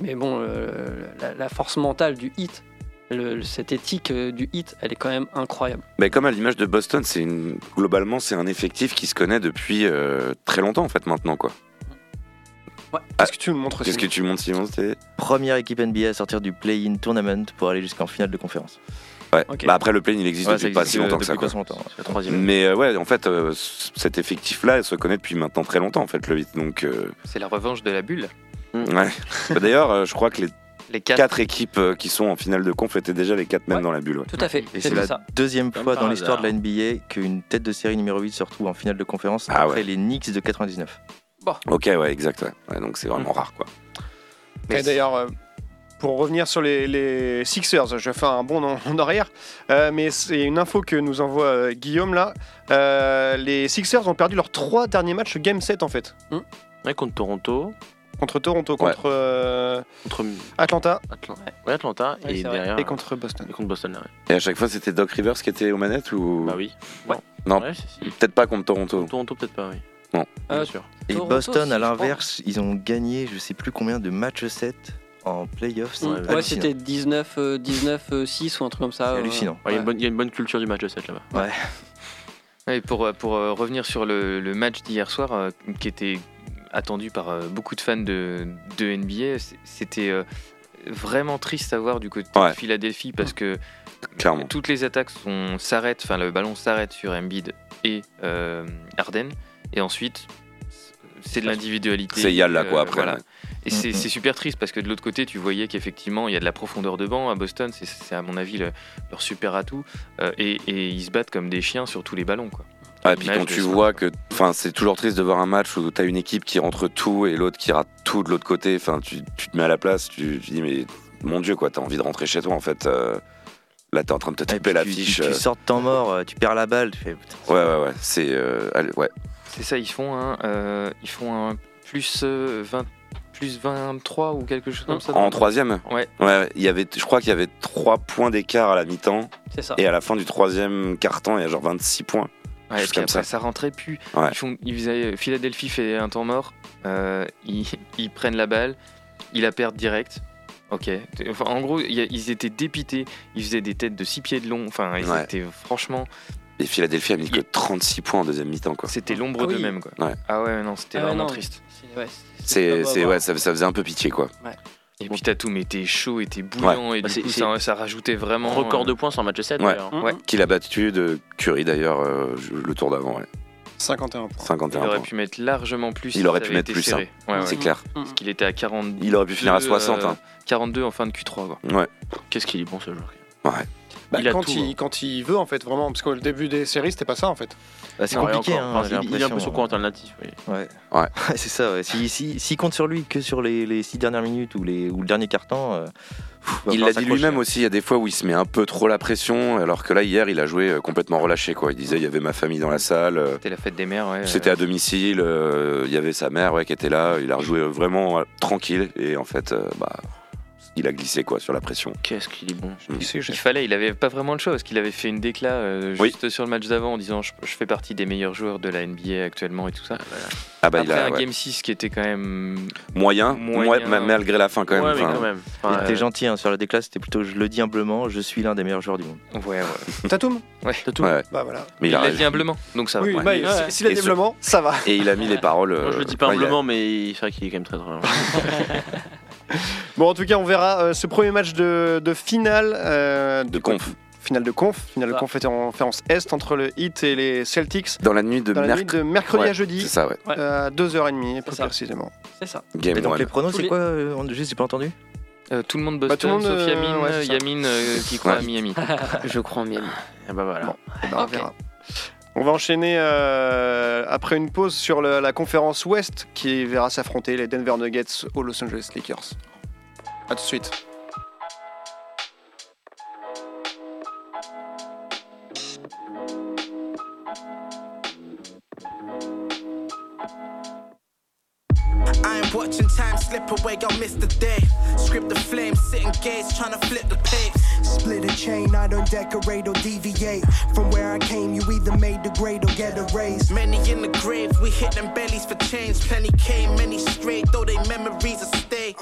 Speaker 1: Mais bon, euh, la, la force mentale du hit, le- cette éthique euh, du hit, elle est quand même incroyable.
Speaker 6: Mais comme à l'image de Boston, c'est une... globalement c'est un effectif qui se connaît depuis euh, très longtemps en fait maintenant quoi.
Speaker 3: Est-ce que tu me montres
Speaker 6: Ah, Qu'est-ce que tu montes Simon c'était-
Speaker 4: Première équipe NBA à sortir du play-in tournament pour aller jusqu'en finale de conférence.
Speaker 6: Ouais.
Speaker 1: Ok.
Speaker 6: Bah après le play il existe
Speaker 4: Ouais, ça
Speaker 6: depuis pas
Speaker 4: existe,
Speaker 6: si
Speaker 4: euh,
Speaker 6: longtemps que
Speaker 4: depuis
Speaker 6: ça.
Speaker 4: pas
Speaker 6: Quoi.
Speaker 4: si longtemps, ouais.
Speaker 5: C'est La troisième.
Speaker 6: Mais euh, ouais en fait euh, c- cet effectif là il se connaît depuis maintenant très longtemps en fait le 8 donc euh,
Speaker 7: C'est la revanche de la bulle.
Speaker 6: ouais. Bah, D'ailleurs euh, je crois que les
Speaker 7: Les quatre.
Speaker 6: quatre équipes euh, qui sont en finale de conf étaient déjà les quatre mêmes
Speaker 1: Ouais.
Speaker 6: dans la bulle. ouais.
Speaker 1: Tout à fait,
Speaker 4: Et
Speaker 1: c'est
Speaker 4: c'est la
Speaker 1: ça.
Speaker 4: deuxième
Speaker 5: Comme
Speaker 4: fois
Speaker 5: par
Speaker 4: dans l'histoire de
Speaker 5: hasard.
Speaker 4: la NBA qu'une tête de série numéro 8 se retrouve en finale de conférence
Speaker 6: Ah
Speaker 4: après
Speaker 6: ouais.
Speaker 4: les Knicks de 99.
Speaker 5: Bah.
Speaker 6: Ok ouais exact ouais. Ouais, donc c'est
Speaker 5: Mm.
Speaker 6: vraiment rare quoi.
Speaker 3: Et d'ailleurs, euh, pour revenir sur les, les Sixers, je fais un bond en, en arrière, euh, mais c'est une info que nous envoie euh, Guillaume là. Euh, les Sixers ont perdu leurs trois derniers matchs Game 7 en fait,
Speaker 5: Hum. Ouais, contre Toronto,
Speaker 3: contre Toronto,
Speaker 6: Ouais.
Speaker 3: contre euh,
Speaker 5: contre
Speaker 3: Atlanta
Speaker 5: Atlan- ouais, Atlanta
Speaker 1: Ouais,
Speaker 5: et
Speaker 1: c'est vrai.
Speaker 5: derrière.
Speaker 3: et contre Boston.
Speaker 5: et contre Boston là. ouais.
Speaker 6: Et à chaque fois c'était Doc Rivers qui était aux manettes ou
Speaker 5: Bah oui.
Speaker 1: Ouais.
Speaker 6: Non.
Speaker 5: Ouais, si, si.
Speaker 6: peut-être pas contre Toronto.
Speaker 5: Toronto peut-être pas, oui.
Speaker 6: Non.
Speaker 1: Euh,
Speaker 5: Bien sûr.
Speaker 4: Et
Speaker 1: Toronto,
Speaker 4: Boston,
Speaker 1: si,
Speaker 4: à
Speaker 1: je
Speaker 4: l'inverse, ils ont gagné je sais plus combien de matchs 7 en playoff. C'est
Speaker 5: Ouais,
Speaker 1: Ouais,
Speaker 4: hallucinant.
Speaker 1: c'était 19, euh, 19, euh, 6 ou un truc comme ça.
Speaker 4: C'est
Speaker 1: euh,
Speaker 4: hallucinant.
Speaker 5: Ouais, Il y a une
Speaker 1: ouais.
Speaker 5: bonne- il y a une bonne culture du match de 7 là-bas.
Speaker 7: Ouais, pour euh, pour euh, revenir sur le, le match d'hier soir, euh, qui était attendu par euh, beaucoup de fans de, de NBA, c- c'était euh, vraiment triste à voir du côté
Speaker 6: Ouais.
Speaker 7: de Philadelphie parce que
Speaker 6: Clairement.
Speaker 7: toutes les attaques sont- s'arrêtent, enfin le ballon s'arrête sur Embiid et euh, Harden, et ensuite c- c'est de l'individualité.
Speaker 6: C'est Yal là
Speaker 7: euh,
Speaker 6: quoi après.
Speaker 7: voilà.
Speaker 6: ouais.
Speaker 7: Et c'est
Speaker 6: Mm-hmm.
Speaker 4: Mhm.
Speaker 7: c'est super triste parce que de l'autre côté, tu voyais qu'effectivement, il y a de la profondeur de banc à Boston. C'est- C'est à mon avis le- leur super atout. Euh, et, et ils se battent comme des chiens sur tous les ballons. Quoi.
Speaker 6: Ah, et puis
Speaker 7: L'image
Speaker 6: quand
Speaker 7: de
Speaker 6: tu
Speaker 7: ça.
Speaker 6: vois que, enfin, c'est toujours triste de voir un match où t'as une équipe qui rentre tout et l'autre qui rate tout de l'autre côté. Enfin, tu, tu te mets à la place, tu, tu dis mais mon dieu quoi, t'as envie de rentrer chez toi en fait. euh, là, t'es en train de te
Speaker 7: Ah,
Speaker 4: Ouais,
Speaker 6: taper
Speaker 4: puis tu-
Speaker 6: l'affiche.
Speaker 4: Tu, tu
Speaker 6: euh,
Speaker 4: sors de temps mort, euh, tu perds la balle, tu fais putain. c'est-
Speaker 6: Ouais, ouais, ouais. C'est, euh, allez, ouais.
Speaker 7: C'est ça, ils font un, euh, ils font un plus, euh, 20, plus 23 ou quelque chose comme ça.
Speaker 6: En troisième.
Speaker 7: Ouais.
Speaker 6: Ouais. Il y avait, je crois qu'il y avait trois points d'écart à la mi-temps
Speaker 1: C'est ça.
Speaker 6: et à la fin du troisième quart-temps, il y a genre 26 points.
Speaker 7: Ouais,
Speaker 6: Juste
Speaker 7: puis
Speaker 6: comme ça.
Speaker 7: après, ça. rentrait plus.
Speaker 6: Ouais.
Speaker 7: Ils font, ils faisaient- euh, Philadelphie fait un temps mort. euh, ils, ils prennent la balle. Ils la perdent direct. Ok. Enfin, en gros, il y a- ils étaient dépités. Ils faisaient des têtes de 6 pieds de long. Enfin, ils
Speaker 6: Ouais.
Speaker 7: étaient franchement,
Speaker 6: Et Philadelphie a mis que 36 points en deuxième mi-temps quoi.
Speaker 7: c'était l'ombre
Speaker 1: Ah oui.
Speaker 7: d'eux-mêmes. Quoi.
Speaker 6: Ouais.
Speaker 7: Ah ouais, non, c'était
Speaker 1: Ah ouais,
Speaker 7: vraiment
Speaker 1: non.
Speaker 7: triste.
Speaker 1: C'est- ouais, c'est- pas
Speaker 6: C'est, c'est
Speaker 1: beau à
Speaker 6: ouais,
Speaker 1: voir.
Speaker 6: ça, ça faisait un peu pitié quoi.
Speaker 7: Et puis Tatum était chaud, était bouillant. Et
Speaker 5: Bah,
Speaker 7: du
Speaker 5: c'est-
Speaker 7: coup,
Speaker 5: c'est-
Speaker 7: ça, ça rajoutait vraiment. euh,
Speaker 5: Record de points sans match 7
Speaker 6: Ouais.
Speaker 5: d'ailleurs.
Speaker 1: Mhm.
Speaker 7: Ouais.
Speaker 6: Qu'il a battu de Curry d'ailleurs euh, le tour d'avant. Ouais.
Speaker 3: 51 points.
Speaker 6: 51
Speaker 7: Il aurait
Speaker 6: points.
Speaker 7: pu mettre largement plus.
Speaker 6: Il
Speaker 7: si
Speaker 6: aurait
Speaker 7: ça
Speaker 6: pu
Speaker 7: avait
Speaker 6: mettre
Speaker 7: été
Speaker 6: plus, hein.
Speaker 7: serré. Ouais, ouais.
Speaker 6: C'est clair.
Speaker 7: Parce qu'il était à 40.
Speaker 6: Il aurait pu finir à
Speaker 7: 42,
Speaker 6: 60.
Speaker 7: euh,
Speaker 6: hein.
Speaker 7: 42 en fin de Q3. Quoi.
Speaker 6: Ouais.
Speaker 5: Qu'est-ce qu'il est bon ce joueur
Speaker 3: Bah,
Speaker 5: Il a
Speaker 3: quand,
Speaker 5: tout,
Speaker 3: il,
Speaker 5: hein.
Speaker 3: quand il veut en fait vraiment, parce que le début des séries c'était pas ça en fait.
Speaker 4: Bah, c'est
Speaker 5: Ouais,
Speaker 4: compliqué.
Speaker 5: encore.
Speaker 4: hein,
Speaker 5: Enfin,
Speaker 4: j'ai
Speaker 5: il, il est un peu sur courant alternatif. oui.
Speaker 4: Ouais.
Speaker 6: Ouais.
Speaker 4: c'est ça. Ouais. S'il si, s'il compte sur lui que sur les, les six dernières minutes ou, les, ou le dernier quart-temps. euh, pff,
Speaker 1: Bah,
Speaker 4: va
Speaker 6: Il
Speaker 4: falloir
Speaker 6: l'a dit
Speaker 4: s'accrocher,
Speaker 6: lui-même
Speaker 4: hein.
Speaker 6: aussi, il y a des fois où il se met un peu trop la pression, alors que là, hier, il a joué euh, complètement relâché. Quoi. Il disait, il y avait ma famille dans la salle, euh,
Speaker 7: C'était la fête des mères. Ouais,
Speaker 6: c'était à domicile, euh, il y avait sa mère ouais, qui était là, il a rejoué vraiment euh, tranquille, et en fait, euh, bah, il a glissé quoi sur la pression. Mm.
Speaker 5: Qu'est-ce qu'il est bon.
Speaker 7: Il fallait, il avait pas vraiment le choix parce qu'il avait fait une décla euh,
Speaker 6: Oui.
Speaker 7: juste sur le match d'avant en disant je, je fais partie des meilleurs joueurs de la NBA actuellement et tout ça.
Speaker 6: Ah bah
Speaker 7: Après
Speaker 6: il a
Speaker 7: un
Speaker 6: ouais.
Speaker 7: game 6 qui était quand même
Speaker 6: moyen,
Speaker 7: Moyen.
Speaker 6: ouais, ma- malgré la fin quand même.
Speaker 5: ouais, mais
Speaker 6: enfin,
Speaker 5: quand même.
Speaker 4: Il
Speaker 5: Enfin,
Speaker 7: euh,
Speaker 5: euh,
Speaker 4: était gentil hein, sur la déclasse, c'était plutôt je le dis humblement, je suis l'un des meilleurs joueurs du monde.
Speaker 7: ouais ouais.
Speaker 3: Tatoum
Speaker 6: ouais.
Speaker 3: Bah voilà.
Speaker 6: Mais il
Speaker 7: il
Speaker 6: a
Speaker 7: l'a
Speaker 6: raison.
Speaker 7: dit humblement. Donc ça va.
Speaker 3: oui,
Speaker 7: ouais.
Speaker 3: bah, il-
Speaker 5: Ouais.
Speaker 3: s'il a
Speaker 6: Et ce-
Speaker 3: développement, ça va.
Speaker 6: Et il a mis les paroles.
Speaker 5: Moi, je le dis pas
Speaker 6: euh, ouais, il a-
Speaker 5: humblement, mais c'est vrai qu'il est quand même très drôle.
Speaker 3: Bon, en tout cas, on verra euh, ce premier match de, de finale. euh,
Speaker 6: de conf.
Speaker 3: Finale de conf. Finale de
Speaker 5: Ah.
Speaker 3: conf était en conférence Est entre le Heat et les Celtics.
Speaker 6: Dans la nuit de
Speaker 3: Dans la nuit
Speaker 6: mercredi.
Speaker 3: de mercredi à
Speaker 6: Ouais,
Speaker 3: jeudi.
Speaker 6: C'est ça, ouais.
Speaker 1: Ouais.
Speaker 3: euh, À 2h30 plus
Speaker 1: ça.
Speaker 3: précisément.
Speaker 1: C'est ça.
Speaker 6: Game
Speaker 4: Et donc
Speaker 6: one.
Speaker 4: les pronos,
Speaker 1: Tous
Speaker 4: c'est
Speaker 1: les-
Speaker 4: quoi euh, on- Juste, j'ai pas entendu.
Speaker 7: Euh, tout le monde
Speaker 3: Bah, tout le
Speaker 7: Boston,
Speaker 3: monde,
Speaker 7: sauf
Speaker 3: euh,
Speaker 7: Yamine,
Speaker 3: ouais, c'est ça.
Speaker 7: Yamin, euh, qui croit
Speaker 6: Ouais.
Speaker 7: à Miami.
Speaker 8: Je crois en Miami.
Speaker 5: Et bah voilà.
Speaker 3: Eh ben, on
Speaker 1: Ok.
Speaker 3: verra. On va enchaîner euh, après une pause sur le- la conférence Ouest qui verra s'affronter les Denver Nuggets aux Los Angeles Lakers. A tout de suite.
Speaker 10: I am watching time slip away, I'll miss the day. Script the flame, sitting gaze, tryna flip the page.
Speaker 11: Split a chain, I don't decorate or deviate. From where I came, you either made the grade or get a raise.
Speaker 10: Many in the grave, we hit them bellies for change. Plenty came, many straight, though they memories are stay.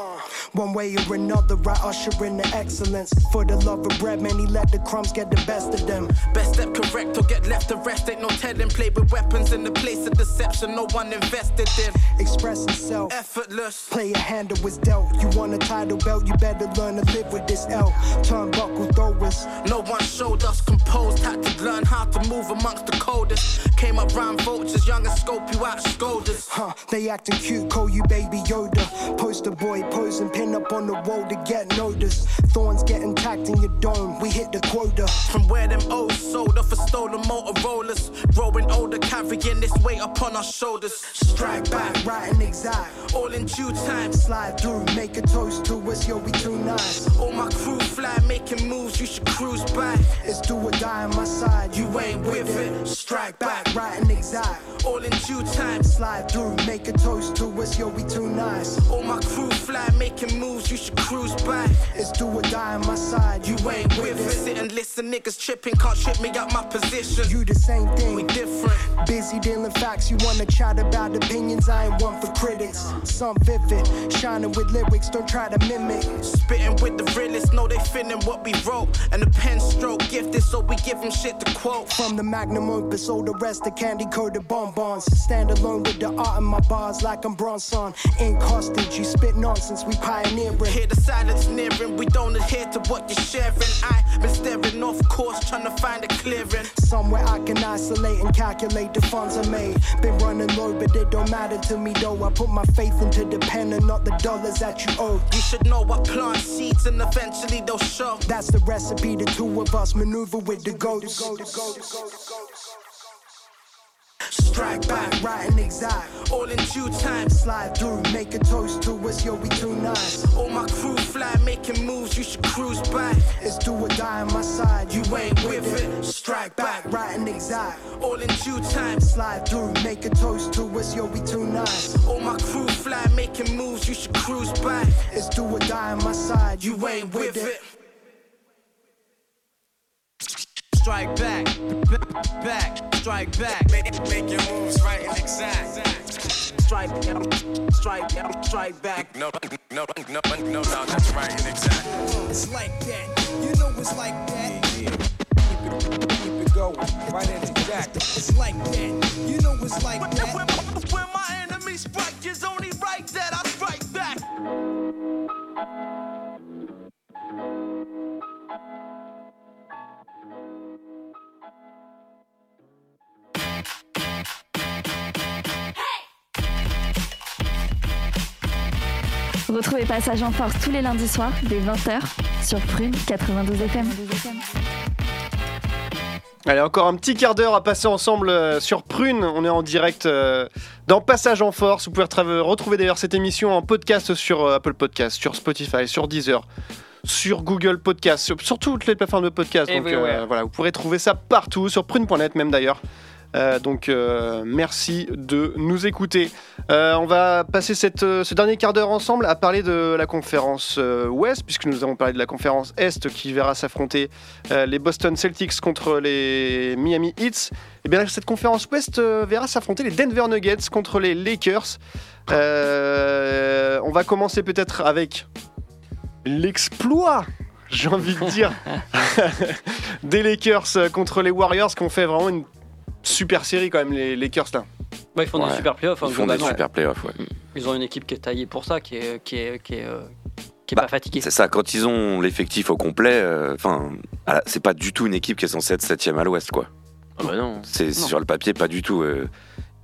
Speaker 11: One way or another, I usher in the excellence. For the love of bread, many let the crumbs get the best of them.
Speaker 10: Best step correct or get left to rest. Ain't no telling, play with weapons in the place of deception. No one invested in.
Speaker 11: Express itself.
Speaker 10: Effortless.
Speaker 11: Play a hand that was dealt. You want a title belt, you better learn to live with this L. Turnbuckle throwers,
Speaker 10: No one showed us composed. Had to learn how to move amongst the coldest. Came up round vultures, young and scope you out scolders.
Speaker 11: huh? They acting cute, call you baby Yoda. Poster boy posing, pin up on the wall to get noticed. Thorns get intact in your dome, we hit the quota.
Speaker 10: From where them old sold off for stolen Motorollas. Growing older, carrying this weight upon our shoulders. Strike back,
Speaker 11: Back, right and exact.
Speaker 10: all in due time.
Speaker 11: Slide through, make a toast to us, yo, we too nice.
Speaker 10: All my crew fly, making moves, you should cruise by.
Speaker 11: It's do or die on my side,
Speaker 10: You ain't with it, strike back.
Speaker 11: Back, right and exact.
Speaker 10: All in due time.
Speaker 11: Slide through, make a toast to us, yo, we too nice.
Speaker 10: All my crew fly, making moves, you should cruise by.
Speaker 11: It's do or die on my side,
Speaker 10: You ain't with it, sit and listen, niggas tripping, can't trip me out my position.
Speaker 11: You the same
Speaker 10: We
Speaker 11: thing.
Speaker 10: different.
Speaker 11: Busy dealing facts, you wanna chat about opinions. I ain't one for critics. Some vivid, shining with lyrics, don't try to mimic.
Speaker 10: Spitting with the realest, know they feeling what we wrote. And the pen stroke gifted, so we give them shit to quote.
Speaker 11: From the magnum opus, all the rest are candy coated bonbons. Stand alone with the art in my bars like I'm Bronson. Ink hostage, you spit nonsense, we pioneering.
Speaker 10: Hear the silence nearing, we don't adhere to what you're sharing. I've been staring off course, trying to find a clearing.
Speaker 11: Somewhere I can isolate and calculate the funds I made. Been running low, but it don't matter to me though. I put my faith into the pen and not the dollars that you owe.
Speaker 10: You should know I plant seeds and eventually they'll show.
Speaker 11: That's the recipe, the two of us maneuver with the goats.
Speaker 10: Strike back,
Speaker 11: Back, right, and exact.
Speaker 10: all in due time.
Speaker 11: Slide through, make a toast to us, yo, we too nice.
Speaker 10: All my crew fly, making moves, you should cruise by.
Speaker 11: It's do or die on my side,
Speaker 10: You ain't with it, strike back,
Speaker 11: Back, right, and exact.
Speaker 10: all in due time.
Speaker 11: Slide through, make a toast to us, yo, we too nice.
Speaker 10: All my crew fly, making moves, you should cruise by.
Speaker 11: It's do or die on my side,
Speaker 10: You ain't with it. Strike back, back, back, strike back. Make, make your moves right and exact. Strike, strike, strike back.
Speaker 11: It's like that, you know it's like that. Keep it going, right and exact. It's like that, you know it's like
Speaker 10: When, when- when my enemy strike, it's only right that I strike back.
Speaker 2: Retrouvez Passage en Force tous les lundis soirs dès 20h sur Prune 92 FM.
Speaker 3: Allez, encore un petit quart d'heure à passer ensemble euh, sur Prune. On est en direct euh, dans Passage en Force. Vous pouvez retra- retrouver d'ailleurs cette émission en podcast sur euh, Apple Podcast, sur Spotify, sur Deezer, sur Google Podcast, sur, sur toutes les plateformes de podcast. Donc euh,
Speaker 1: Everywhere.
Speaker 3: voilà, vous pourrez trouver ça partout, sur prune.net même d'ailleurs. Euh, donc euh, merci de nous écouter. Euh, on va passer cette, euh, ce dernier quart d'heure ensemble à parler de la conférence euh, Ouest, puisque nous avons parlé de la conférence Est qui verra s'affronter euh, les Boston Celtics contre les Miami Heats. Et bien cette conférence Ouest euh, verra s'affronter les Denver Nuggets contre les Lakers. Euh, on va commencer peut-être avec l'exploit, j'ai envie de dire, des Lakers euh, contre les Warriors qui ont fait vraiment une super série quand même les Lakers là.
Speaker 1: Ouais, ils font
Speaker 6: Ouais.
Speaker 1: des super playoffs. hein,
Speaker 6: Ils font des
Speaker 1: globalement.
Speaker 6: super playoffs, ouais.
Speaker 1: Ils ont une équipe qui est taillée pour ça, qui est, qui est, qui est, euh, qui est
Speaker 6: Bah,
Speaker 1: pas fatiguée.
Speaker 6: C'est ça, quand ils ont l'effectif au complet, euh, enfin, à la- c'est pas du tout une équipe qui est censée être septième à l'ouest, quoi.
Speaker 5: Ah bah non.
Speaker 6: C'est sur le papier, pas du tout. euh.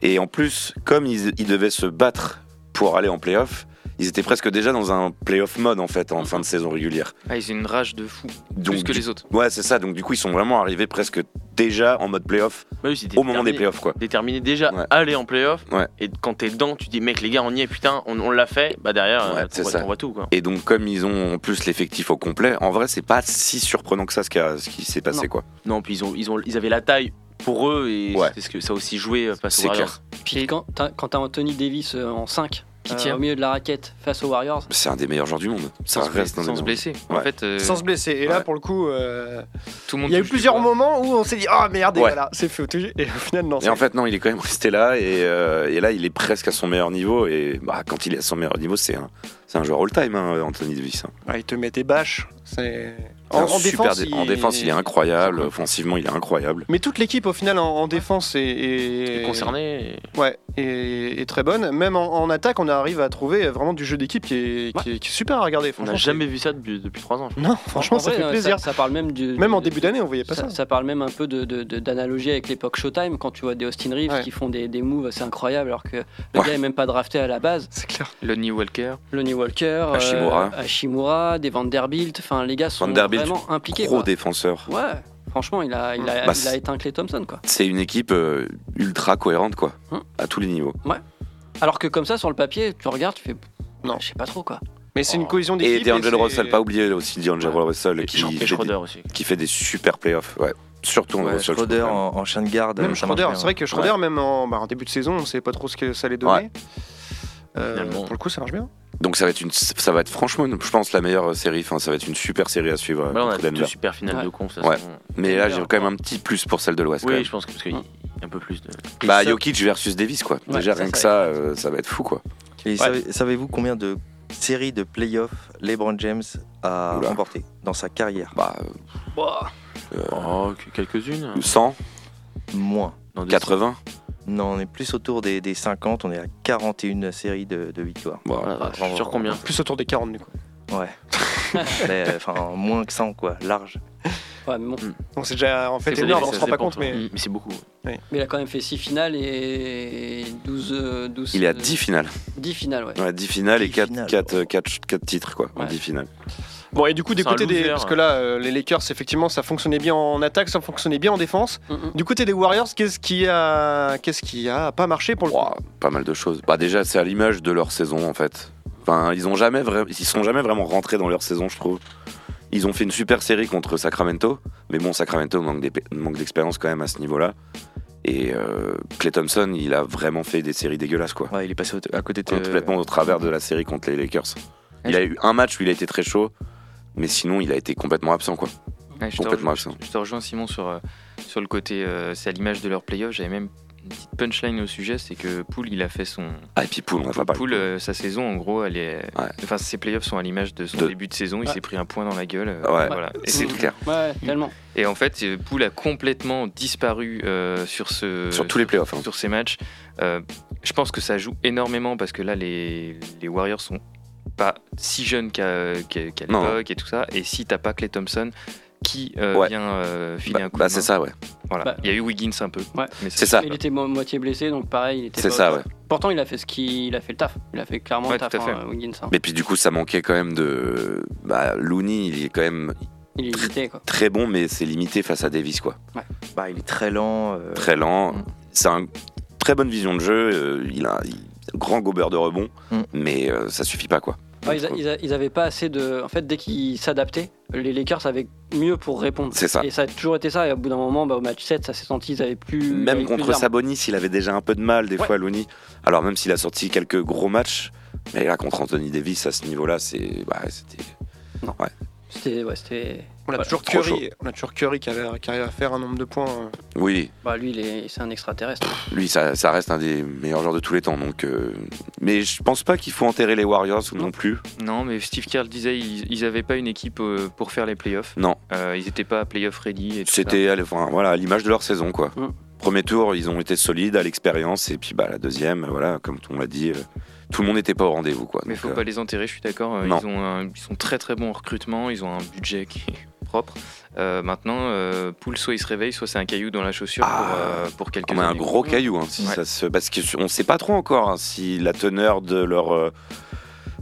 Speaker 6: Et en plus, comme ils, ils devaient se battre pour aller en playoff, ils étaient presque déjà dans un playoff mode, en fait, en fin de saison régulière.
Speaker 7: Ah, ils ont une rage de fou.
Speaker 6: Donc,
Speaker 7: plus que
Speaker 6: du-
Speaker 7: les autres.
Speaker 6: Ouais, c'est ça. Donc, du coup, ils sont vraiment arrivés presque déjà en mode playoff
Speaker 5: Bah oui, c'était
Speaker 6: au moment des
Speaker 5: déterminé.
Speaker 6: playoffs, quoi.
Speaker 5: Déterminé déjà
Speaker 6: Ouais.
Speaker 5: aller en playoff.
Speaker 6: Ouais.
Speaker 5: Et quand t'es dedans, tu dis, mec, les gars, on y est, putain, on, on l'a fait. Bah derrière,
Speaker 6: Ouais,
Speaker 5: euh,
Speaker 6: c'est
Speaker 5: on,
Speaker 6: ça.
Speaker 5: voit, on voit tout quoi.
Speaker 6: Et donc, comme ils ont en plus l'effectif au complet, en vrai, c'est pas si surprenant que ça ce qui, a- ce qui s'est passé,
Speaker 5: Non.
Speaker 6: quoi.
Speaker 5: Non, puis ils, ont, ils, ont, ils avaient la taille pour eux et
Speaker 6: Ouais.
Speaker 5: c'est ce que ça a aussi joué euh, face
Speaker 6: C'est
Speaker 5: aux Warriors.
Speaker 6: clair.
Speaker 1: Puis quand t'as quand t'as Anthony Davis euh, en 5
Speaker 7: Qui tient.
Speaker 1: au milieu de la raquette face aux Warriors,
Speaker 6: C'est un des meilleurs joueurs du monde. Ça
Speaker 7: Sans se
Speaker 6: reste
Speaker 7: blesser-
Speaker 6: un des
Speaker 7: sans se
Speaker 6: meilleurs.
Speaker 7: blesser.
Speaker 6: Ouais.
Speaker 7: En fait, euh,
Speaker 3: Sans se blesser. Et là
Speaker 7: ouais.
Speaker 3: pour le coup, euh,
Speaker 7: tout le monde
Speaker 3: il y a eu
Speaker 7: touche du
Speaker 3: plusieurs
Speaker 7: doigt.
Speaker 3: moments où on s'est dit ah merde et
Speaker 6: Ouais.
Speaker 3: voilà c'est foutu et au final non.
Speaker 6: Et en fait, non, il est quand même resté là. Et, euh, et là, il est presque à son meilleur niveau. Et bah, quand il est à son meilleur niveau, c'est un, c'est un joueur all-time, hein, Anthony Davis. hein.
Speaker 3: Ouais, il te met des bâches. C'est
Speaker 6: Un super dé- en défense, il est incroyable. Offensivement, il est incroyable.
Speaker 3: Mais toute l'équipe au final en, en défense est, est-
Speaker 5: Et concerné. et-
Speaker 3: Ouais, est, est très bonne. Même en, en attaque, on arrive à trouver vraiment du jeu d'équipe qui, est- qui est- qui est super à regarder.
Speaker 5: On
Speaker 3: franchement,
Speaker 5: n'a jamais vu ça depuis, depuis 3 ans. je
Speaker 3: c'est- Non, franchement,
Speaker 1: en
Speaker 3: ça
Speaker 1: vrai,
Speaker 3: fait
Speaker 1: euh,
Speaker 3: plaisir.
Speaker 1: Ça, parle même du.
Speaker 3: Même en
Speaker 1: du-
Speaker 3: début d'année, on voyait pas ça.
Speaker 1: ça, ça parle même un peu de- de- de- d'analogie avec l'époque Showtime quand tu vois des Austin Reeves
Speaker 3: Ouais.
Speaker 1: qui font des, des moves assez incroyables alors que le
Speaker 6: Ouais.
Speaker 1: gars est même pas drafté à la base.
Speaker 3: C'est clair.
Speaker 7: Lonnie Walker.
Speaker 1: Lonnie Walker,
Speaker 6: Hashimura.
Speaker 1: euh, Hashimura, des Vanderbilt, enfin les gars sont
Speaker 6: Vanderbilt,
Speaker 1: vraiment impliqués.
Speaker 6: Gros
Speaker 1: Quoi.
Speaker 6: défenseur.
Speaker 1: Ouais, franchement, il a, il a,
Speaker 6: Bah,
Speaker 1: il a
Speaker 6: c'est-
Speaker 1: éteint Clay Thompson quoi.
Speaker 6: C'est une équipe euh, ultra cohérente, quoi.
Speaker 1: Hum.
Speaker 6: À tous les niveaux.
Speaker 1: Alors que comme ça sur le papier, tu regardes, tu fais
Speaker 3: Non.
Speaker 1: non, je sais pas trop quoi.
Speaker 3: Mais c'est une
Speaker 5: Oh.
Speaker 3: cohésion
Speaker 6: Et
Speaker 3: d'équipe.
Speaker 6: D'Angelo
Speaker 3: c'est-
Speaker 6: Russell, pas oublier aussi D'Angelo Russell
Speaker 5: crois.
Speaker 6: qui,
Speaker 5: Et
Speaker 6: fait
Speaker 5: Schroeder
Speaker 6: des,
Speaker 5: aussi.
Speaker 6: qui fait des super playoffs. Ouais. Surtout en
Speaker 4: Ouais,
Speaker 6: Russell. je
Speaker 4: euh, Schroeder
Speaker 6: trouve.
Speaker 4: en, en chaîne garde. euh,
Speaker 3: Même
Speaker 4: ça marche
Speaker 3: Schroeder,
Speaker 4: bien.
Speaker 3: c'est vrai que Schroeder, même en, bah, en début de saison, on savait pas trop ce que ça allait donner. Euh,
Speaker 5: Finalement.
Speaker 3: pour le coup, ça marche bien.
Speaker 6: Donc ça va être une, ça va être franchement, je pense la meilleure série. Enfin, ça va être une super série à suivre. euh,
Speaker 5: Voilà, on a
Speaker 6: contre Denver.
Speaker 5: deux super finales
Speaker 1: Ouais.
Speaker 5: de con. Ça,
Speaker 6: Ouais.
Speaker 5: c'est-
Speaker 6: Mais là, j'ai
Speaker 1: Denver,
Speaker 6: quand même un petit plus pour celle de l'Ouest. quand
Speaker 5: Oui,
Speaker 6: même.
Speaker 5: je pense que parce qu'il y a un peu plus de.
Speaker 6: Bah,
Speaker 4: ça-
Speaker 6: Jokic versus Davis, quoi.
Speaker 1: Ouais,
Speaker 6: Déjà,
Speaker 1: ça,
Speaker 6: rien que
Speaker 1: ça
Speaker 6: ça, euh, ça va être fou, quoi.
Speaker 4: Et savez- savez-vous combien de séries de playoffs LeBron James a
Speaker 6: Oula.
Speaker 4: remporté dans sa carrière
Speaker 6: Bah, euh,
Speaker 5: Oh, que- quelques-unes.
Speaker 6: 100,
Speaker 4: Moins.
Speaker 5: Non, des-
Speaker 6: 80.
Speaker 4: Non, on est plus autour des, des 50, on est à 41 séries de, de victoires.
Speaker 6: Bon,
Speaker 5: Ah,
Speaker 4: Vraiment.
Speaker 5: Sur combien
Speaker 3: Plus autour des 40 du coup.
Speaker 4: Ouais. Mais, euh, Enfin, moins que 100, quoi, large.
Speaker 1: Ouais, mais bon.
Speaker 6: Hmm.
Speaker 3: Donc c'est déjà en fait
Speaker 5: C'est
Speaker 3: énorme,
Speaker 5: vrai,
Speaker 3: on se
Speaker 5: ça
Speaker 3: rend pas
Speaker 5: dépend,
Speaker 3: compte,
Speaker 5: toi.
Speaker 3: mais
Speaker 5: Mm. c'est beaucoup.
Speaker 1: Mais il a quand même fait 6 finales et 12. euh, 12
Speaker 6: il est à
Speaker 1: euh,
Speaker 6: 10 finales.
Speaker 1: 10 finales, ouais.
Speaker 6: Ouais, 10 finales et
Speaker 4: Dix
Speaker 6: 4,
Speaker 4: finales.
Speaker 6: 4, 4, titres, quoi. en
Speaker 1: Ouais.
Speaker 6: 10 finales.
Speaker 3: Bon, et du coup, des
Speaker 5: C'est un
Speaker 3: côtés des.
Speaker 5: loser.
Speaker 3: Parce que là, euh, les Lakers, effectivement, ça fonctionnait bien en attaque, ça fonctionnait bien en défense.
Speaker 1: Mm, mm.
Speaker 3: Du côté des Warriors, qu'est-ce qui a. Qu'est-ce qui a pas marché pour le coup
Speaker 6: Ouah, pas mal de choses. Bah, déjà, c'est à l'image de leur saison, en fait. Enfin, ils ont jamais vra- ils sont jamais vraiment rentrés dans leur saison, je trouve. Ils ont fait une super série contre Sacramento, mais bon, Sacramento manque d'ép- manque d'expérience quand même à ce niveau-là. Et euh, Clay Thompson, il a vraiment fait des séries dégueulasses, quoi.
Speaker 4: Ouais, il est passé au- à côté de.
Speaker 6: complètement au travers de la série contre les Lakers. Il a eu un match où il a été très chaud, mais sinon il a été complètement absent quoi.
Speaker 7: Ouais, je, te
Speaker 6: Complètement
Speaker 7: rejoins,
Speaker 6: absent.
Speaker 7: je te rejoins, Simon sur, euh, sur le côté, euh, c'est à l'image de leur playoff, j'avais même une petite punchline au sujet, c'est que Poul il a fait son...
Speaker 6: Ah et puis Poul, on en a pas parlé.
Speaker 7: Poul, euh, sa saison en gros, elle est...
Speaker 6: Ouais.
Speaker 7: Enfin ses playoffs sont à l'image de son
Speaker 6: De-
Speaker 7: début de saison, il
Speaker 1: Ouais.
Speaker 7: s'est pris un point dans la gueule. euh,
Speaker 6: Ouais.
Speaker 7: voilà. Et,
Speaker 6: C'est
Speaker 7: c'est tout.
Speaker 6: clair.
Speaker 1: Ouais, tellement.
Speaker 7: Et en fait, euh, Poul a complètement disparu euh, sur ce...
Speaker 6: Sur tous les playoffs. hein.
Speaker 7: sur ces matchs. Euh, je pense que ça joue énormément parce que là, les, les Warriors sont pas si jeunes qu'à qu'à- qu'à
Speaker 6: Non.
Speaker 7: l'époque et tout ça. Et si t'as pas Clay Thompson qui euh,
Speaker 6: Ouais.
Speaker 7: vient euh, filer
Speaker 6: Bah,
Speaker 7: un coup
Speaker 6: bah,
Speaker 7: de main,
Speaker 6: c'est ça ouais.
Speaker 7: Voilà.
Speaker 1: Bah.
Speaker 7: Il y a eu Wiggins un peu.
Speaker 1: Ouais.
Speaker 7: Mais
Speaker 6: C'est ça.
Speaker 1: Il était mo- moitié blessé, donc pareil, il était.
Speaker 6: C'est
Speaker 1: pas-
Speaker 6: ça ouais.
Speaker 1: Pourtant, il a fait ce qu'il a fait le taf. Il a fait clairement
Speaker 7: Ouais,
Speaker 1: le taf.
Speaker 7: tout à fait.
Speaker 1: hein, Wiggins, hein.
Speaker 6: Mais puis du coup ça manquait quand même de bah Looney, il est quand même
Speaker 1: Il est limité, quoi.
Speaker 6: très bon mais c'est limité face à Davis quoi.
Speaker 4: Bah, il est très lent. euh,
Speaker 6: Très lent,
Speaker 7: Mm.
Speaker 6: c'est un très bonne vision de jeu, euh, il a il- grand gobeur de rebond
Speaker 4: Mm.
Speaker 6: mais euh, ça suffit pas quoi.
Speaker 1: Ah, Ouais, ils, a- ils a- ils avaient pas assez de. En fait, dès qu'ils s'adaptaient, les Lakers avaient mieux pour répondre.
Speaker 6: C'est ça.
Speaker 1: Et ça a toujours été ça. Et au bout d'un moment, bah, au match 7, ça s'est senti, ils avaient plus. ils avaient
Speaker 6: Même
Speaker 1: plus
Speaker 6: contre
Speaker 1: d'armes.
Speaker 6: Sabonis, il avait déjà un peu de mal des
Speaker 1: Ouais.
Speaker 6: fois, Looney. Alors même s'il a sorti quelques gros matchs, mais là contre Anthony Davis à ce niveau-là, c'est bah, c'était ouais.
Speaker 1: C'était. Ouais, c'était...
Speaker 3: On a,
Speaker 1: Voilà.
Speaker 3: toujours
Speaker 6: Trop
Speaker 3: Curry, on a toujours Curry qui, avait- qui arrive à faire un nombre de points. euh,
Speaker 6: Oui,
Speaker 1: Bah, lui, il est- c'est un extraterrestre.
Speaker 6: lui ça, ça reste un des meilleurs joueurs de tous les temps. Donc, euh, mais je pense pas qu'il faut enterrer les Warriors non plus.
Speaker 7: Non, mais Steve Kerr le disait ils ils avaient pas une équipe euh, pour faire les playoffs.
Speaker 6: Non,
Speaker 7: Euh, ils étaient pas playoff ready. et tout ça. Hum.
Speaker 6: c'était à l'e- enfin, voilà à l'image de leur saison quoi.
Speaker 1: Mm.
Speaker 6: Premier tour, ils ont été solides à l'expérience et puis bah la deuxième, voilà comme on l'a dit, euh, tout le monde n'était pas au rendez-vous quoi.
Speaker 7: Mais
Speaker 6: Donc,
Speaker 7: faut
Speaker 6: euh,
Speaker 7: pas les enterrer, je suis d'accord. Euh,
Speaker 6: non.
Speaker 7: Ils, ont un- ils sont très très bons en recrutement, ils ont un budget qui est propre. Euh, maintenant, euh, Poul, soit il se réveille, soit c'est un caillou dans la chaussure
Speaker 6: Ah.
Speaker 7: pour, euh, pour quelques
Speaker 6: On a un
Speaker 7: années.
Speaker 6: gros caillou, hein, si
Speaker 7: Ouais.
Speaker 6: ça se... parce qu'on ne sait pas trop encore hein, si la teneur de leur, euh,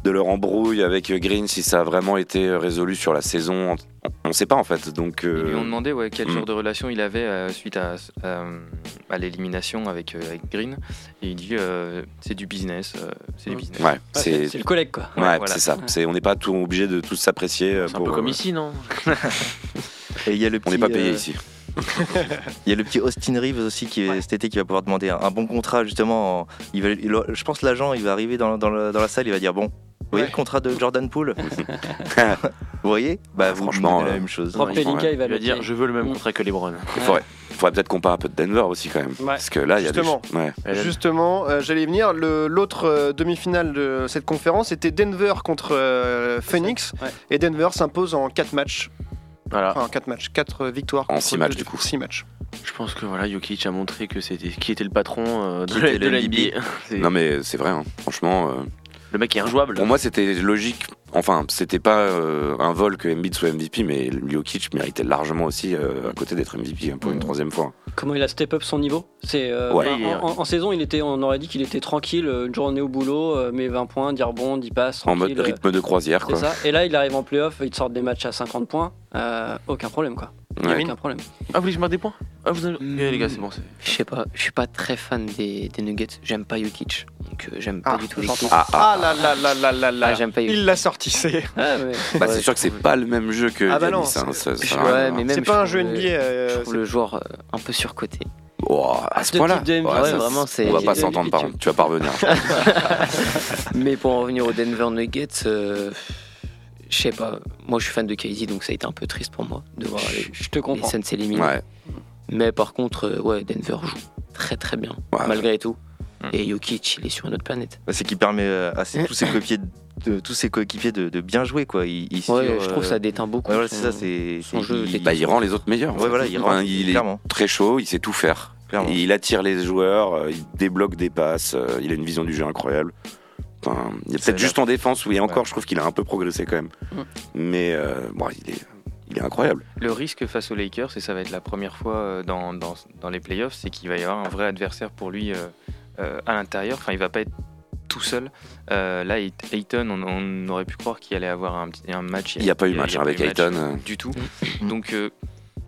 Speaker 6: de leur embrouille avec euh, Green, si ça a vraiment été euh, résolu sur la saison. On ne sait pas en fait. Donc,
Speaker 7: Ils lui
Speaker 6: euh,
Speaker 7: ont demandé ouais, quel
Speaker 6: hmm.
Speaker 7: genre de relation il avait euh, suite à, à- à l'élimination avec, euh, avec Green. Et il dit euh, c'est du business, euh, c'est du
Speaker 1: Hmm.
Speaker 7: business.
Speaker 6: ouais,
Speaker 1: Ouais,
Speaker 6: c'est
Speaker 1: c'est, c'est le collègue, quoi.
Speaker 6: ouais,
Speaker 7: ouais,
Speaker 6: c'est
Speaker 7: voilà.
Speaker 6: ça. C'est- On n'est pas tout, obligé de tous s'apprécier. euh,
Speaker 5: C'est un
Speaker 6: pour,
Speaker 5: peu comme
Speaker 6: euh,
Speaker 5: ici, non
Speaker 4: Et il y a le
Speaker 6: On n'est
Speaker 4: petit,
Speaker 6: pas payé
Speaker 4: euh,
Speaker 6: ici.
Speaker 4: Il y a le petit Austin Reeves aussi qui est
Speaker 1: Ouais.
Speaker 4: cet été qui va pouvoir demander un, un bon contrat justement. en- il va- il- je pense l'agent il va arriver dans, dans la, dans la salle, il va dire bon, vous voyez
Speaker 3: Ouais.
Speaker 4: le contrat de Jordan Poole Vous voyez Bah vous
Speaker 6: Franchement,
Speaker 4: franchement la
Speaker 6: euh,
Speaker 4: même chose.
Speaker 1: Rob
Speaker 6: Ouais,
Speaker 1: Pelinka,
Speaker 6: ouais.
Speaker 1: il va
Speaker 5: Il va
Speaker 1: le
Speaker 5: dire je veux le même
Speaker 1: Mm.
Speaker 5: contrat que LeBron.
Speaker 6: Il faudrait, faudrait peut-être qu'on parle un peu de Denver aussi quand même. Parce que là, il y a des-
Speaker 3: Justement.
Speaker 6: ouais.
Speaker 3: Justement, euh, j'allais y venir. Le- L'autre euh, demi-finale de cette conférence était Denver contre euh, Phoenix.
Speaker 1: Ouais.
Speaker 3: Et Denver s'impose en 4 matchs.
Speaker 5: Voilà.
Speaker 3: Enfin, 4 matchs. 4 victoires.
Speaker 6: Ah. En
Speaker 3: contre
Speaker 6: six matchs,
Speaker 3: deux-
Speaker 6: du coup.
Speaker 3: six matchs.
Speaker 5: Je pense que voilà, Jokic a montré que c'était qui était le patron euh, de,
Speaker 4: Qui
Speaker 5: la-
Speaker 4: était
Speaker 5: de
Speaker 4: le
Speaker 5: la
Speaker 4: MVP.
Speaker 5: NBA. C'est-
Speaker 6: Non, mais c'est vrai, hein. franchement. euh,
Speaker 5: Le mec est injouable.
Speaker 6: Pour moi, c'était logique. Enfin, c'était pas euh, un vol que Embiid soit MVP, mais Jokic méritait largement aussi euh, à côté d'être MVP hein, pour une troisième fois.
Speaker 1: Comment il a step up son niveau C'est euh,
Speaker 6: Ouais.
Speaker 1: ben, en, en- en saison, il était, on aurait dit qu'il était tranquille, euh, une journée au boulot, euh, mais 20 points, 10 rebonds, 10 passes,
Speaker 6: En
Speaker 1: tranquille,
Speaker 6: mode rythme de croisière,
Speaker 1: euh, c'est
Speaker 6: quoi.
Speaker 1: ça. Et là, il arrive en playoff, il te sort des matchs à 50 points, euh, aucun problème quoi.
Speaker 6: Ouais.
Speaker 1: Aucun problème.
Speaker 5: Ah, vous voulez que je marque des points Ah, vous avez-
Speaker 8: Mm.
Speaker 5: Eh, les gars, c'est bon. c'est-
Speaker 8: Je sais pas, je suis pas très fan des, des Nuggets. J'aime pas Jokic. Donc euh, j'aime pas
Speaker 3: Ah,
Speaker 8: du tout
Speaker 3: je
Speaker 8: les
Speaker 3: l'entends.
Speaker 6: Ah, ah,
Speaker 3: Ah là là là là là là.
Speaker 8: Ah, j'aime pas Jokic.
Speaker 3: Il l'a sorti, c'est.
Speaker 1: Ah, mais-
Speaker 6: bah, c'est sûr que c'est pas le même jeu que
Speaker 3: Ah bah
Speaker 6: Giannis,
Speaker 3: non,
Speaker 6: hein,
Speaker 3: c'est-
Speaker 6: ça- ça-
Speaker 8: Je-
Speaker 6: ça-
Speaker 8: ouais, mais même,
Speaker 3: C'est
Speaker 8: je
Speaker 3: pas un
Speaker 8: trouve
Speaker 3: jeu
Speaker 8: le-
Speaker 3: NBA.
Speaker 8: Je
Speaker 3: euh,
Speaker 8: trouve le joueur euh, un peu surcoté.
Speaker 6: Oh, à ce
Speaker 1: Deux
Speaker 6: point-là.
Speaker 1: types de MVP,
Speaker 6: Ouais, ça,
Speaker 8: ouais, vraiment, c'est-
Speaker 6: on va
Speaker 8: c'est-
Speaker 6: pas s'entendre, par contre. Tu vas pas revenir.
Speaker 8: Mais pour en revenir aux Denver Nuggets, euh, je sais pas. Moi, je suis fan de KD, donc ça a été un peu triste pour moi de voir
Speaker 1: je,
Speaker 8: les,
Speaker 1: je te
Speaker 8: les
Speaker 1: comprends.
Speaker 8: Suns s'éliminer.
Speaker 6: ouais.
Speaker 8: Mais par contre, euh, ouais, Denver joue très très bien,
Speaker 6: Ouais.
Speaker 8: malgré tout.
Speaker 7: Mm.
Speaker 8: Et Jokic, il est sur une autre planète.
Speaker 4: Bah, c'est qui permet euh, à ses- tous ses coéquipiers de tous ses coéquipiers de, de bien jouer quoi. Il, il
Speaker 8: Ouais,
Speaker 4: sur,
Speaker 8: je trouve
Speaker 4: euh,
Speaker 8: ça déteint beaucoup.
Speaker 4: ouais, voilà, c'est
Speaker 8: son-
Speaker 4: ça, c'est
Speaker 8: son
Speaker 4: c'est-
Speaker 8: jeu
Speaker 4: il-
Speaker 8: technique.
Speaker 6: Bah, il rend les autres meilleurs. en
Speaker 4: Ouais,
Speaker 6: fait.
Speaker 4: voilà, il
Speaker 6: Enfin,
Speaker 4: rend-
Speaker 6: il est
Speaker 4: clairement.
Speaker 6: très chaud, il sait tout faire.
Speaker 4: Clairement.
Speaker 6: Il attire les joueurs, euh, il débloque des passes, euh, il a une vision du jeu incroyable. Enfin, il y a
Speaker 4: C'est
Speaker 6: peut-être
Speaker 4: la-
Speaker 6: juste en défense où il y a encore, je trouve qu'il a un peu progressé quand même. Mais euh, bon, il est, il est incroyable.
Speaker 7: Le risque face aux Lakers, et ça va être la première fois euh, dans, dans- dans les playoffs, c'est qu'il va y avoir un vrai adversaire pour lui euh, euh, à l'intérieur. Enfin, il va pas être tout seul. Euh, là, Ay- Ayton, on, on aurait pu croire qu'il allait avoir un, petit- un match.
Speaker 6: Il n'y a pas eu
Speaker 7: Il y
Speaker 6: match
Speaker 7: il y a
Speaker 6: avec
Speaker 7: pas eu match
Speaker 6: Ayton. euh,
Speaker 7: Du tout. Donc, euh,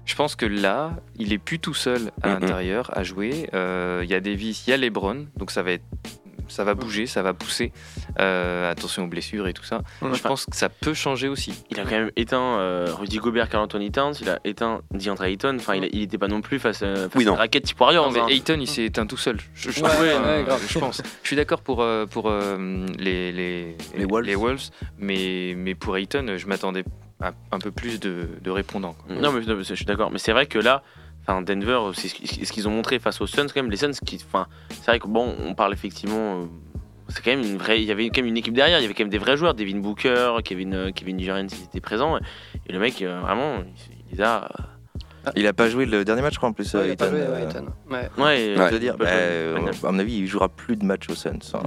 Speaker 7: je pense que là, il est plus tout seul à
Speaker 6: Mhm.
Speaker 7: l'intérieur à jouer. Euh, Il y a Davis, il y a LeBron, donc ça va être, ça va bouger, ça va pousser. Euh, attention aux blessures et tout ça. Je
Speaker 5: Enfin,
Speaker 7: pense que ça peut changer aussi.
Speaker 5: il a quand même éteint euh, Rudy Gobert, Carl Anthony Towns, il a éteint DeAndre Ayton. Enfin, il, a- il était pas non plus face, euh, face
Speaker 6: Oui,
Speaker 5: à
Speaker 6: non.
Speaker 5: une raquette type Warriors.
Speaker 7: Non, mais
Speaker 5: hein.
Speaker 7: Ayton, il s'est éteint tout seul. Je, je-
Speaker 1: Ouais,
Speaker 7: enfin,
Speaker 1: ouais, grave.
Speaker 7: je pense. Je suis d'accord pour, euh, pour euh, les, les,
Speaker 4: Les Wolves.
Speaker 7: mais, mais pour Ayton, je m'attendais à un peu plus de, de répondants. quoi.
Speaker 5: Non, mais non, mais je suis d'accord. Mais c'est vrai que là, enfin, Denver, c'est ce qui- ce qu'ils ont montré face aux Suns, quand même. Les Suns, qui, enfin, c'est vrai que bon, on parle effectivement. euh, C'est quand même une vraie. Il y avait quand même une équipe derrière. Il y avait quand même des vrais joueurs. Devin Booker, Kevin, euh, Kevin Durant, ils étaient présents. Et le mec, euh, vraiment, il, il les a. euh,
Speaker 4: Il a pas joué le dernier match je crois en plus.
Speaker 1: Ouais,
Speaker 4: euh,
Speaker 1: il a pas
Speaker 4: Ayton,
Speaker 1: joué,
Speaker 4: euh,
Speaker 1: ouais, Ayton. Ouais.
Speaker 5: Ouais.
Speaker 6: Ouais.
Speaker 5: euh,
Speaker 4: Je veux dire,
Speaker 5: Pas
Speaker 4: bah,
Speaker 5: joué.
Speaker 4: euh, à mon avis, il jouera plus de matchs aux Suns. hein.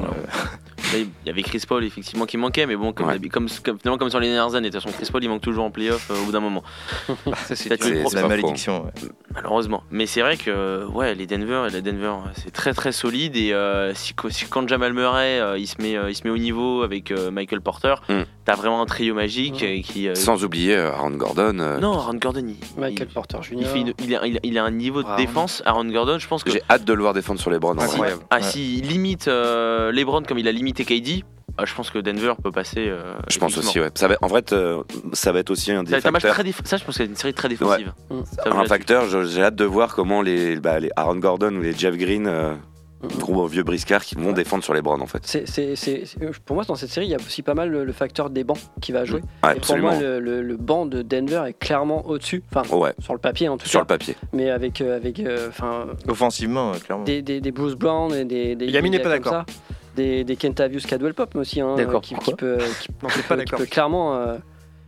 Speaker 5: Là, Il y avait Chris Paul effectivement qui manquait, mais bon, comme,
Speaker 6: Ouais.
Speaker 5: d'habi- comme, comme- finalement comme sur les dernières années, de toute façon Chris Paul il manque toujours en playoff euh, au bout d'un moment,
Speaker 7: Ça, c'est
Speaker 5: Peut-être
Speaker 7: dur.
Speaker 5: le
Speaker 6: C'est
Speaker 5: pro-
Speaker 6: c'est
Speaker 4: la
Speaker 6: pas
Speaker 4: malédiction. ouais.
Speaker 5: malheureusement. Mais c'est vrai que euh, ouais, les Denver et la Denver euh, c'est très très solide et euh, si, co- si quand Jamal Murray euh, il se met euh, il se met au niveau avec euh, Michael Porter,
Speaker 6: Mm.
Speaker 5: t'as vraiment un trio magique euh, qui euh,
Speaker 6: Sans oublier euh, Aaron Gordon. euh,
Speaker 5: non Aaron Gordon il,
Speaker 1: Michael
Speaker 5: il-
Speaker 1: Porter
Speaker 5: il,
Speaker 1: Jr.
Speaker 5: fait une- il a, il a- il a un niveau de
Speaker 7: Aaron-
Speaker 5: défense Aaron Gordon je Ah, pense que
Speaker 6: Oh, J'ai hâte de le voir défendre sur les bras.
Speaker 5: si, ah, si il limite euh, LeBron comme il a limité KD ah, je pense que Denver peut passer. euh,
Speaker 6: Je pense aussi,
Speaker 5: effectivement.
Speaker 6: ouais. Ça va, en fait, euh, ça va être aussi
Speaker 5: Ça
Speaker 6: un
Speaker 5: va
Speaker 6: des
Speaker 5: être un match
Speaker 6: facteurs.
Speaker 5: très déf- Ça, je pense que c'est une série très défensive.
Speaker 1: Mm.
Speaker 5: Ça,
Speaker 6: Un
Speaker 5: là-dessus.
Speaker 6: facteur, je- j'ai hâte de voir comment les, bah, les Aaron Gordon ou les Jeff Green, euh,
Speaker 1: Mm.
Speaker 6: gros vieux briscards, qui vont défendre sur les Browns en fait.
Speaker 1: C'est- c'est- c'est- c'est- pour moi, dans cette série, il y a aussi pas mal le, le facteur des bancs qui va jouer.
Speaker 6: Ouais,
Speaker 1: Et pour moi,
Speaker 6: absolument.
Speaker 1: le, le- le banc de Denver est clairement au-dessus, enfin,
Speaker 6: Ouais,
Speaker 1: sur le papier en tout
Speaker 6: sur
Speaker 1: cas,
Speaker 6: le papier.
Speaker 1: mais avec, euh, avec euh, enfin,
Speaker 4: Offensivement, euh, clairement.
Speaker 1: des, des, des Bruce Brown et des. des
Speaker 3: Yamin
Speaker 1: des
Speaker 3: n'est pas
Speaker 1: gars
Speaker 3: d'accord.
Speaker 1: comme ça, Des, des Kentavious Caldwell Pop aussi, hein,
Speaker 7: D'accord,
Speaker 1: qui,
Speaker 7: pourquoi
Speaker 1: qui peut, qui
Speaker 3: Non, t'es pas
Speaker 1: peut- qui
Speaker 3: d'accord.
Speaker 1: peut clairement. euh,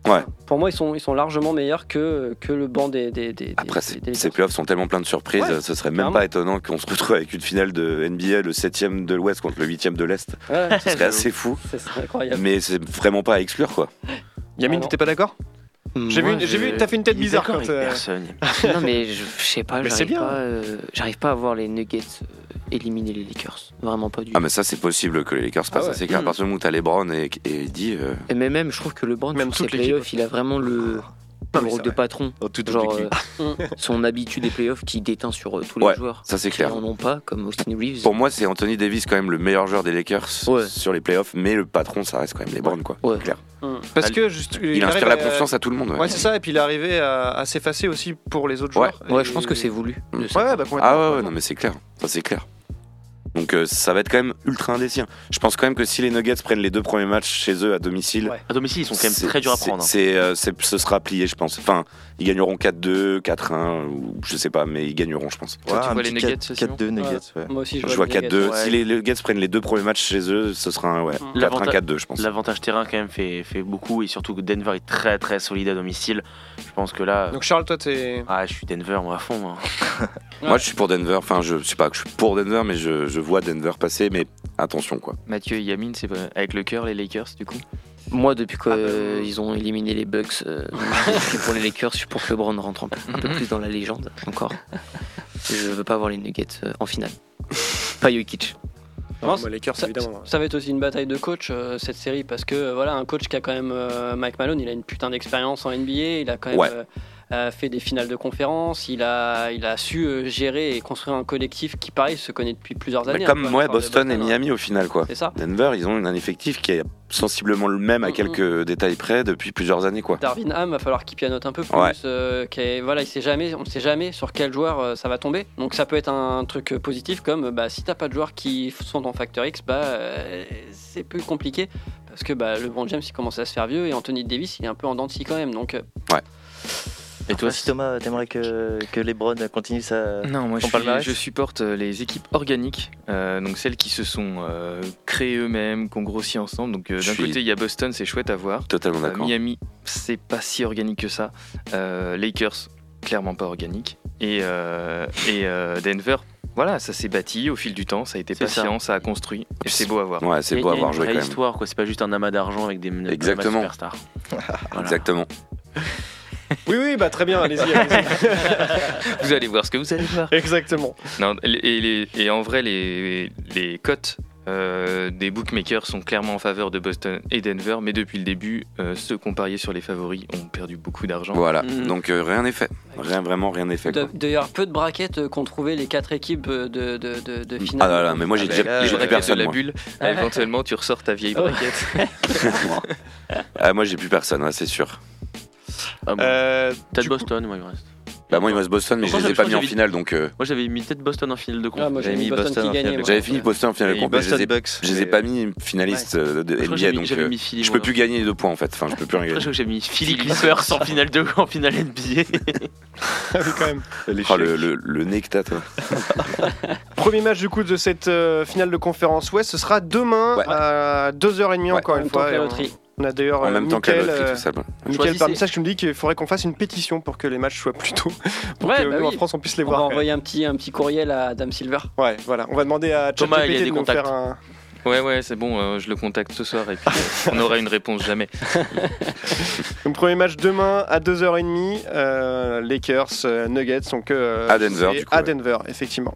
Speaker 6: Ouais.
Speaker 1: Pour moi, ils sont, ils sont largement meilleurs que, que le banc des. des, des-
Speaker 6: Après,
Speaker 1: des-
Speaker 6: ces-
Speaker 1: des-
Speaker 6: ces playoffs sont tellement pleins de surprises,
Speaker 1: Ouais,
Speaker 6: ce serait même
Speaker 1: clairement.
Speaker 6: pas étonnant qu'on se retrouve avec une finale de NBA, le 7 de l'Ouest contre le 8 de l'Est.
Speaker 1: Ouais,
Speaker 6: Ce serait assez fou,
Speaker 1: c'est- c'est incroyable.
Speaker 6: mais c'est vraiment pas à exclure quoi.
Speaker 3: Yamine,
Speaker 1: Ah non.
Speaker 3: t'étais pas d'accord J'ai vu,
Speaker 8: Moi,
Speaker 3: une- j'ai
Speaker 8: je-
Speaker 3: vu, t'as fait une tête
Speaker 5: Il est
Speaker 3: bizarre
Speaker 5: d'accord
Speaker 3: quand.
Speaker 5: avec
Speaker 3: euh,
Speaker 5: Personne.
Speaker 8: Non, mais je, je sais pas,
Speaker 3: Mais c'est
Speaker 8: j'arrive
Speaker 3: bien.
Speaker 8: pas, euh, j'arrive pas à voir les Nuggets euh, éliminer les Lakers. Vraiment pas du tout.
Speaker 6: Ah mais ça c'est possible que les Lakers passent
Speaker 1: Ah ouais.
Speaker 6: à qu'à partir du moment où t'as les Browns et, et dit euh,
Speaker 8: Mais même, je trouve que le Brand,
Speaker 3: Même
Speaker 8: sur ses
Speaker 3: toute l'équipe.
Speaker 8: playoffs, il a vraiment le, le
Speaker 3: mais
Speaker 8: rôle
Speaker 3: c'est
Speaker 8: de
Speaker 3: vrai.
Speaker 8: patron.
Speaker 4: Oh, tout
Speaker 8: Genre,
Speaker 4: objectif.
Speaker 8: euh, son habitude des playoffs qui déteint sur euh, tous les
Speaker 6: Ouais,
Speaker 8: joueurs.
Speaker 6: ça c'est
Speaker 8: Qui
Speaker 6: clair.
Speaker 8: en ont pas, comme Austin Reeves.
Speaker 6: Pour moi c'est Anthony Davis quand même le meilleur joueur des Lakers
Speaker 8: Ouais.
Speaker 6: sur les playoffs, mais le patron ça reste quand même les Browns quoi.
Speaker 8: Ouais.
Speaker 6: Clair.
Speaker 3: Parce que juste,
Speaker 6: Il, inspire la
Speaker 3: arrive à-
Speaker 6: confiance à tout le monde. ouais.
Speaker 3: Ouais, c'est ça, et puis il est arrivé à, à s'effacer aussi pour les autres
Speaker 6: Ouais.
Speaker 3: joueurs.
Speaker 8: Ouais,
Speaker 3: Et-
Speaker 8: je pense que c'est voulu.
Speaker 3: Ouais,
Speaker 8: de sa
Speaker 3: ouais,
Speaker 8: part.
Speaker 3: bah complètement.
Speaker 6: Ah ouais, ouais, non mais c'est clair, ça c'est clair. Donc euh, ça va être quand même ultra indécis. hein. Je pense quand même que si les Nuggets prennent les deux premiers matchs chez eux à domicile,
Speaker 1: Ouais.
Speaker 5: À domicile, ils sont quand
Speaker 6: c'est-
Speaker 5: même très durs à
Speaker 6: c'est-
Speaker 5: prendre. hein.
Speaker 6: C'est, euh, c'est- ce sera plié, je pense. Enfin, ils gagneront 4-2, 4-1, ou je sais pas, mais ils gagneront, je pense.
Speaker 4: Ouais,
Speaker 7: tu
Speaker 4: un
Speaker 7: vois les
Speaker 4: petit
Speaker 7: Nuggets,
Speaker 4: 4-
Speaker 7: Simon
Speaker 4: 4-2 Nuggets, ouais.
Speaker 1: Moi aussi, je,
Speaker 6: Je vois
Speaker 1: les
Speaker 6: 4-2.
Speaker 1: Nuggets.
Speaker 6: Si les Nuggets prennent les deux premiers matchs chez eux, ce sera un ouais, 4-1,
Speaker 5: L'avantage-
Speaker 6: 4-2, je pense.
Speaker 5: L'avantage terrain quand même fait, fait beaucoup et surtout que Denver est très très solide à domicile. Je pense que là,
Speaker 3: Donc Charles, toi, t'es.
Speaker 5: ah, je suis Denver moi à fond. hein.
Speaker 1: Euh,
Speaker 6: Moi, je suis pour Denver. Enfin, je sais pas que je suis pour Denver, mais je, je vois Denver passer, mais attention, quoi.
Speaker 7: Mathieu et Yamine, c'est pas- avec le cœur, les Lakers, du coup.
Speaker 8: Moi, depuis qu'ils
Speaker 3: Ah, bah,
Speaker 8: ont éliminé les Bucks, euh, je suis pour les Lakers, je suis pour que le Brand rentre un peu, un peu plus dans la légende, encore. Je veux pas voir les Nuggets euh, en finale. Pas Jokic.
Speaker 1: Non,
Speaker 3: moi, Ah, les Lakers,
Speaker 1: Ça,
Speaker 3: évidemment.
Speaker 1: ça va être aussi une bataille de coach euh, cette série parce que euh, voilà un coach qui a quand même euh, Mike Malone il a une putain d'expérience en NBA il a quand même
Speaker 6: Ouais.
Speaker 1: euh, euh, fait des finales de conférence il a il a su euh, gérer et construire un collectif qui pareil se connaît depuis plusieurs années
Speaker 6: Mais
Speaker 1: hein,
Speaker 6: comme
Speaker 1: quoi,
Speaker 6: moi,
Speaker 1: l'histoire de
Speaker 6: Boston, et
Speaker 1: hein.
Speaker 6: Miami, au final, quoi.
Speaker 1: c'est ça
Speaker 6: Denver, ils ont un effectif qui est sensiblement le même à
Speaker 1: Mm,
Speaker 6: quelques détails près depuis plusieurs années, quoi.
Speaker 1: Darwin Ham va falloir qu'il pianote un peu plus
Speaker 6: Ouais.
Speaker 1: euh, qu'il- voilà il sait jamais on sait jamais sur quel joueur euh, ça va tomber donc ça peut être un truc euh, positif comme euh, bah si t'as pas de joueurs qui sont en facteur X bah euh, c'est plus compliqué parce que bah, LeBron James il commence à se faire vieux et Anthony Davis il est un peu en dents de scie quand même donc euh,
Speaker 4: Et toi aussi, Thomas, t'aimerais que, que les Browns continuent sa.
Speaker 7: Non, moi je,
Speaker 4: Ton
Speaker 7: suis-
Speaker 4: palmarès
Speaker 7: je supporte euh, les équipes organiques, euh, donc celles qui se sont euh, créées eux-mêmes, qu'on grossit ensemble. Donc euh,
Speaker 6: Je
Speaker 7: d'un
Speaker 6: suis-
Speaker 7: côté il y a Boston, c'est chouette à voir.
Speaker 6: Totalement
Speaker 7: Euh,
Speaker 6: d'accord.
Speaker 7: Miami, c'est pas si organique que ça. Euh, Lakers, clairement pas organique. Et, euh, et euh, Denver, voilà, ça s'est bâti au fil du temps, ça a été
Speaker 5: C'est ça.
Speaker 7: patient, ça. a construit, et c'est beau à voir.
Speaker 6: Ouais, c'est
Speaker 5: Mais
Speaker 6: beau
Speaker 5: il
Speaker 6: à
Speaker 5: y a
Speaker 6: voir
Speaker 5: une
Speaker 6: jouer
Speaker 5: vraie
Speaker 6: quand même.
Speaker 5: histoire quoi, c'est pas juste un amas d'argent avec des des
Speaker 6: Exactement.
Speaker 5: superstars. Voilà.
Speaker 6: Exactement.
Speaker 3: Oui, oui, bah très bien, allez-y. allez-y.
Speaker 7: Vous allez voir ce que vous allez voir.
Speaker 3: Exactement.
Speaker 7: Non, et, les- et en vrai, les, les cotes euh, des bookmakers sont clairement en faveur de Boston et Denver, mais depuis le début, euh, ceux qu'on pariait sur les favoris ont perdu beaucoup d'argent.
Speaker 6: Voilà.
Speaker 5: Mm.
Speaker 6: Donc euh, rien n'est fait. Rien vraiment, rien n'est fait. quoi.
Speaker 1: d'a- d'ailleurs peu Mm-hmm. de braquettes euh, qu'ont trouvé les quatre équipes euh, de, de, de, de
Speaker 6: Ah
Speaker 1: finale Ah.
Speaker 6: là là, mais moi j'ai
Speaker 7: Ah bah,
Speaker 6: déjà
Speaker 4: là,
Speaker 7: les
Speaker 6: j'ai plus
Speaker 7: braquettes
Speaker 6: personne.
Speaker 7: de la
Speaker 6: moi.
Speaker 7: bulle, éventuellement tu ressors ta vieille braquette.
Speaker 6: Ah, moi j'ai plus personne, ouais, c'est sûr.
Speaker 5: Ah bon.
Speaker 3: Euh,
Speaker 5: Peut-être
Speaker 3: du coup-
Speaker 5: Boston, moi il me reste.
Speaker 6: Bah moi il me reste Boston, mais je
Speaker 5: Pourquoi
Speaker 6: les ai
Speaker 5: je
Speaker 6: pas
Speaker 5: crois
Speaker 6: mis en
Speaker 5: que j'ai-
Speaker 6: finale, donc euh,
Speaker 5: Moi j'avais mis peut-être Boston en finale de conf.
Speaker 1: Ah, moi j'ai
Speaker 4: J'avais
Speaker 1: mis
Speaker 4: mis
Speaker 1: Boston,
Speaker 4: Boston en
Speaker 1: qui gagnait
Speaker 4: finale.
Speaker 1: moi.
Speaker 6: j'avais fini Boston en finale de
Speaker 4: Et
Speaker 6: conf, mais je les
Speaker 4: Boston
Speaker 6: ai-
Speaker 4: Bucks.
Speaker 6: je les ai
Speaker 4: mais-
Speaker 6: pas mis finalistes euh, de
Speaker 5: Je crois que
Speaker 6: NBA,
Speaker 5: euh, j'avais mis-
Speaker 6: donc
Speaker 5: j'avais
Speaker 6: euh,
Speaker 5: mis Philly.
Speaker 6: je
Speaker 5: moi.
Speaker 6: peux plus gagner les deux points en fait. Enfin, je peux plus rien
Speaker 5: Je
Speaker 6: gagner.
Speaker 5: crois que j'avais mis Philly Clippers en finale de en finale NBA.
Speaker 3: Ah oui, quand même.
Speaker 6: Oh, le, le, le nez que t'as, toi.
Speaker 3: Premier match du coup de cette euh, finale de conférence Ouest, ce sera demain
Speaker 6: Ouais.
Speaker 3: à 2h30
Speaker 6: Ouais.
Speaker 3: encore
Speaker 1: En même
Speaker 3: une
Speaker 1: temps
Speaker 3: fois.
Speaker 1: que la
Speaker 3: Et on-
Speaker 1: loterie.
Speaker 3: On a d'ailleurs
Speaker 6: En
Speaker 3: euh,
Speaker 6: même temps que la
Speaker 3: Mickaël,
Speaker 6: loterie,
Speaker 3: euh,
Speaker 6: tout ça. bon.
Speaker 3: Mickaël
Speaker 1: Choisissez.
Speaker 3: Parmissage qui nous dit qu'il faudrait qu'on fasse une pétition pour que les matchs soient plus tôt. Pour
Speaker 1: Ouais,
Speaker 3: que
Speaker 1: bah
Speaker 3: nous, en
Speaker 1: oui.
Speaker 3: France on puisse les
Speaker 1: on va
Speaker 3: voir.
Speaker 1: envoyer un petit, un petit courriel à Adam Silver
Speaker 3: Ouais, voilà. On va demander à
Speaker 5: Thomas, il y a
Speaker 3: ChatGPT
Speaker 5: des
Speaker 3: de nous
Speaker 5: contacts.
Speaker 3: faire un.
Speaker 7: Ouais, ouais, c'est bon, euh, je le contacte ce soir et puis euh, on aura une réponse jamais.
Speaker 3: Donc premier match demain à 2h30. euh, Lakers, euh, Nuggets, donc euh,
Speaker 6: À Denver,
Speaker 3: et
Speaker 6: du coup,
Speaker 3: à
Speaker 6: ouais.
Speaker 3: Denver, effectivement.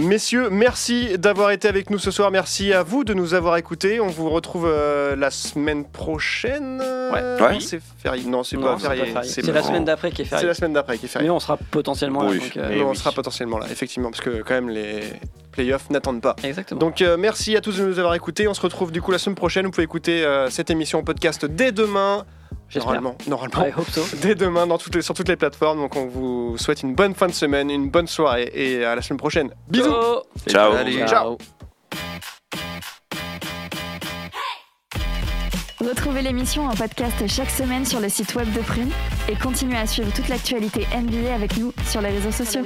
Speaker 3: Messieurs, merci d'avoir été avec nous ce soir. Merci à vous de nous avoir écoutés. On vous retrouve euh, la semaine prochaine.
Speaker 6: Ouais. Ouais.
Speaker 3: C'est férié. Non, c'est
Speaker 1: Non,
Speaker 3: pas
Speaker 1: c'est pas
Speaker 3: férié.
Speaker 1: férié. C'est la
Speaker 3: pas-
Speaker 1: semaine d'après qui est férié.
Speaker 3: C'est la semaine d'après qui est férié.
Speaker 1: Mais on sera potentiellement là.
Speaker 6: Oui.
Speaker 1: donc, euh,
Speaker 3: Nous, on sera potentiellement là, effectivement, parce que quand même les playoffs n'attendent pas.
Speaker 1: Exactement.
Speaker 3: Donc euh, merci à tous de nous avoir écoutés. On se retrouve du coup la semaine prochaine. Vous pouvez écouter euh, cette émission en podcast dès demain.
Speaker 1: J'espère.
Speaker 3: Normalement, normalement.
Speaker 1: I hope so.
Speaker 3: Dès demain dans toutes les- sur toutes les plateformes. Donc on vous souhaite une bonne fin de semaine, une bonne soirée et à la semaine prochaine. Bisous.
Speaker 1: Ciao.
Speaker 6: Ciao.
Speaker 3: Ciao.
Speaker 2: Retrouvez l'émission en podcast chaque semaine sur le site web de Prune et continuez à suivre toute l'actualité NBA avec nous sur les réseaux sociaux.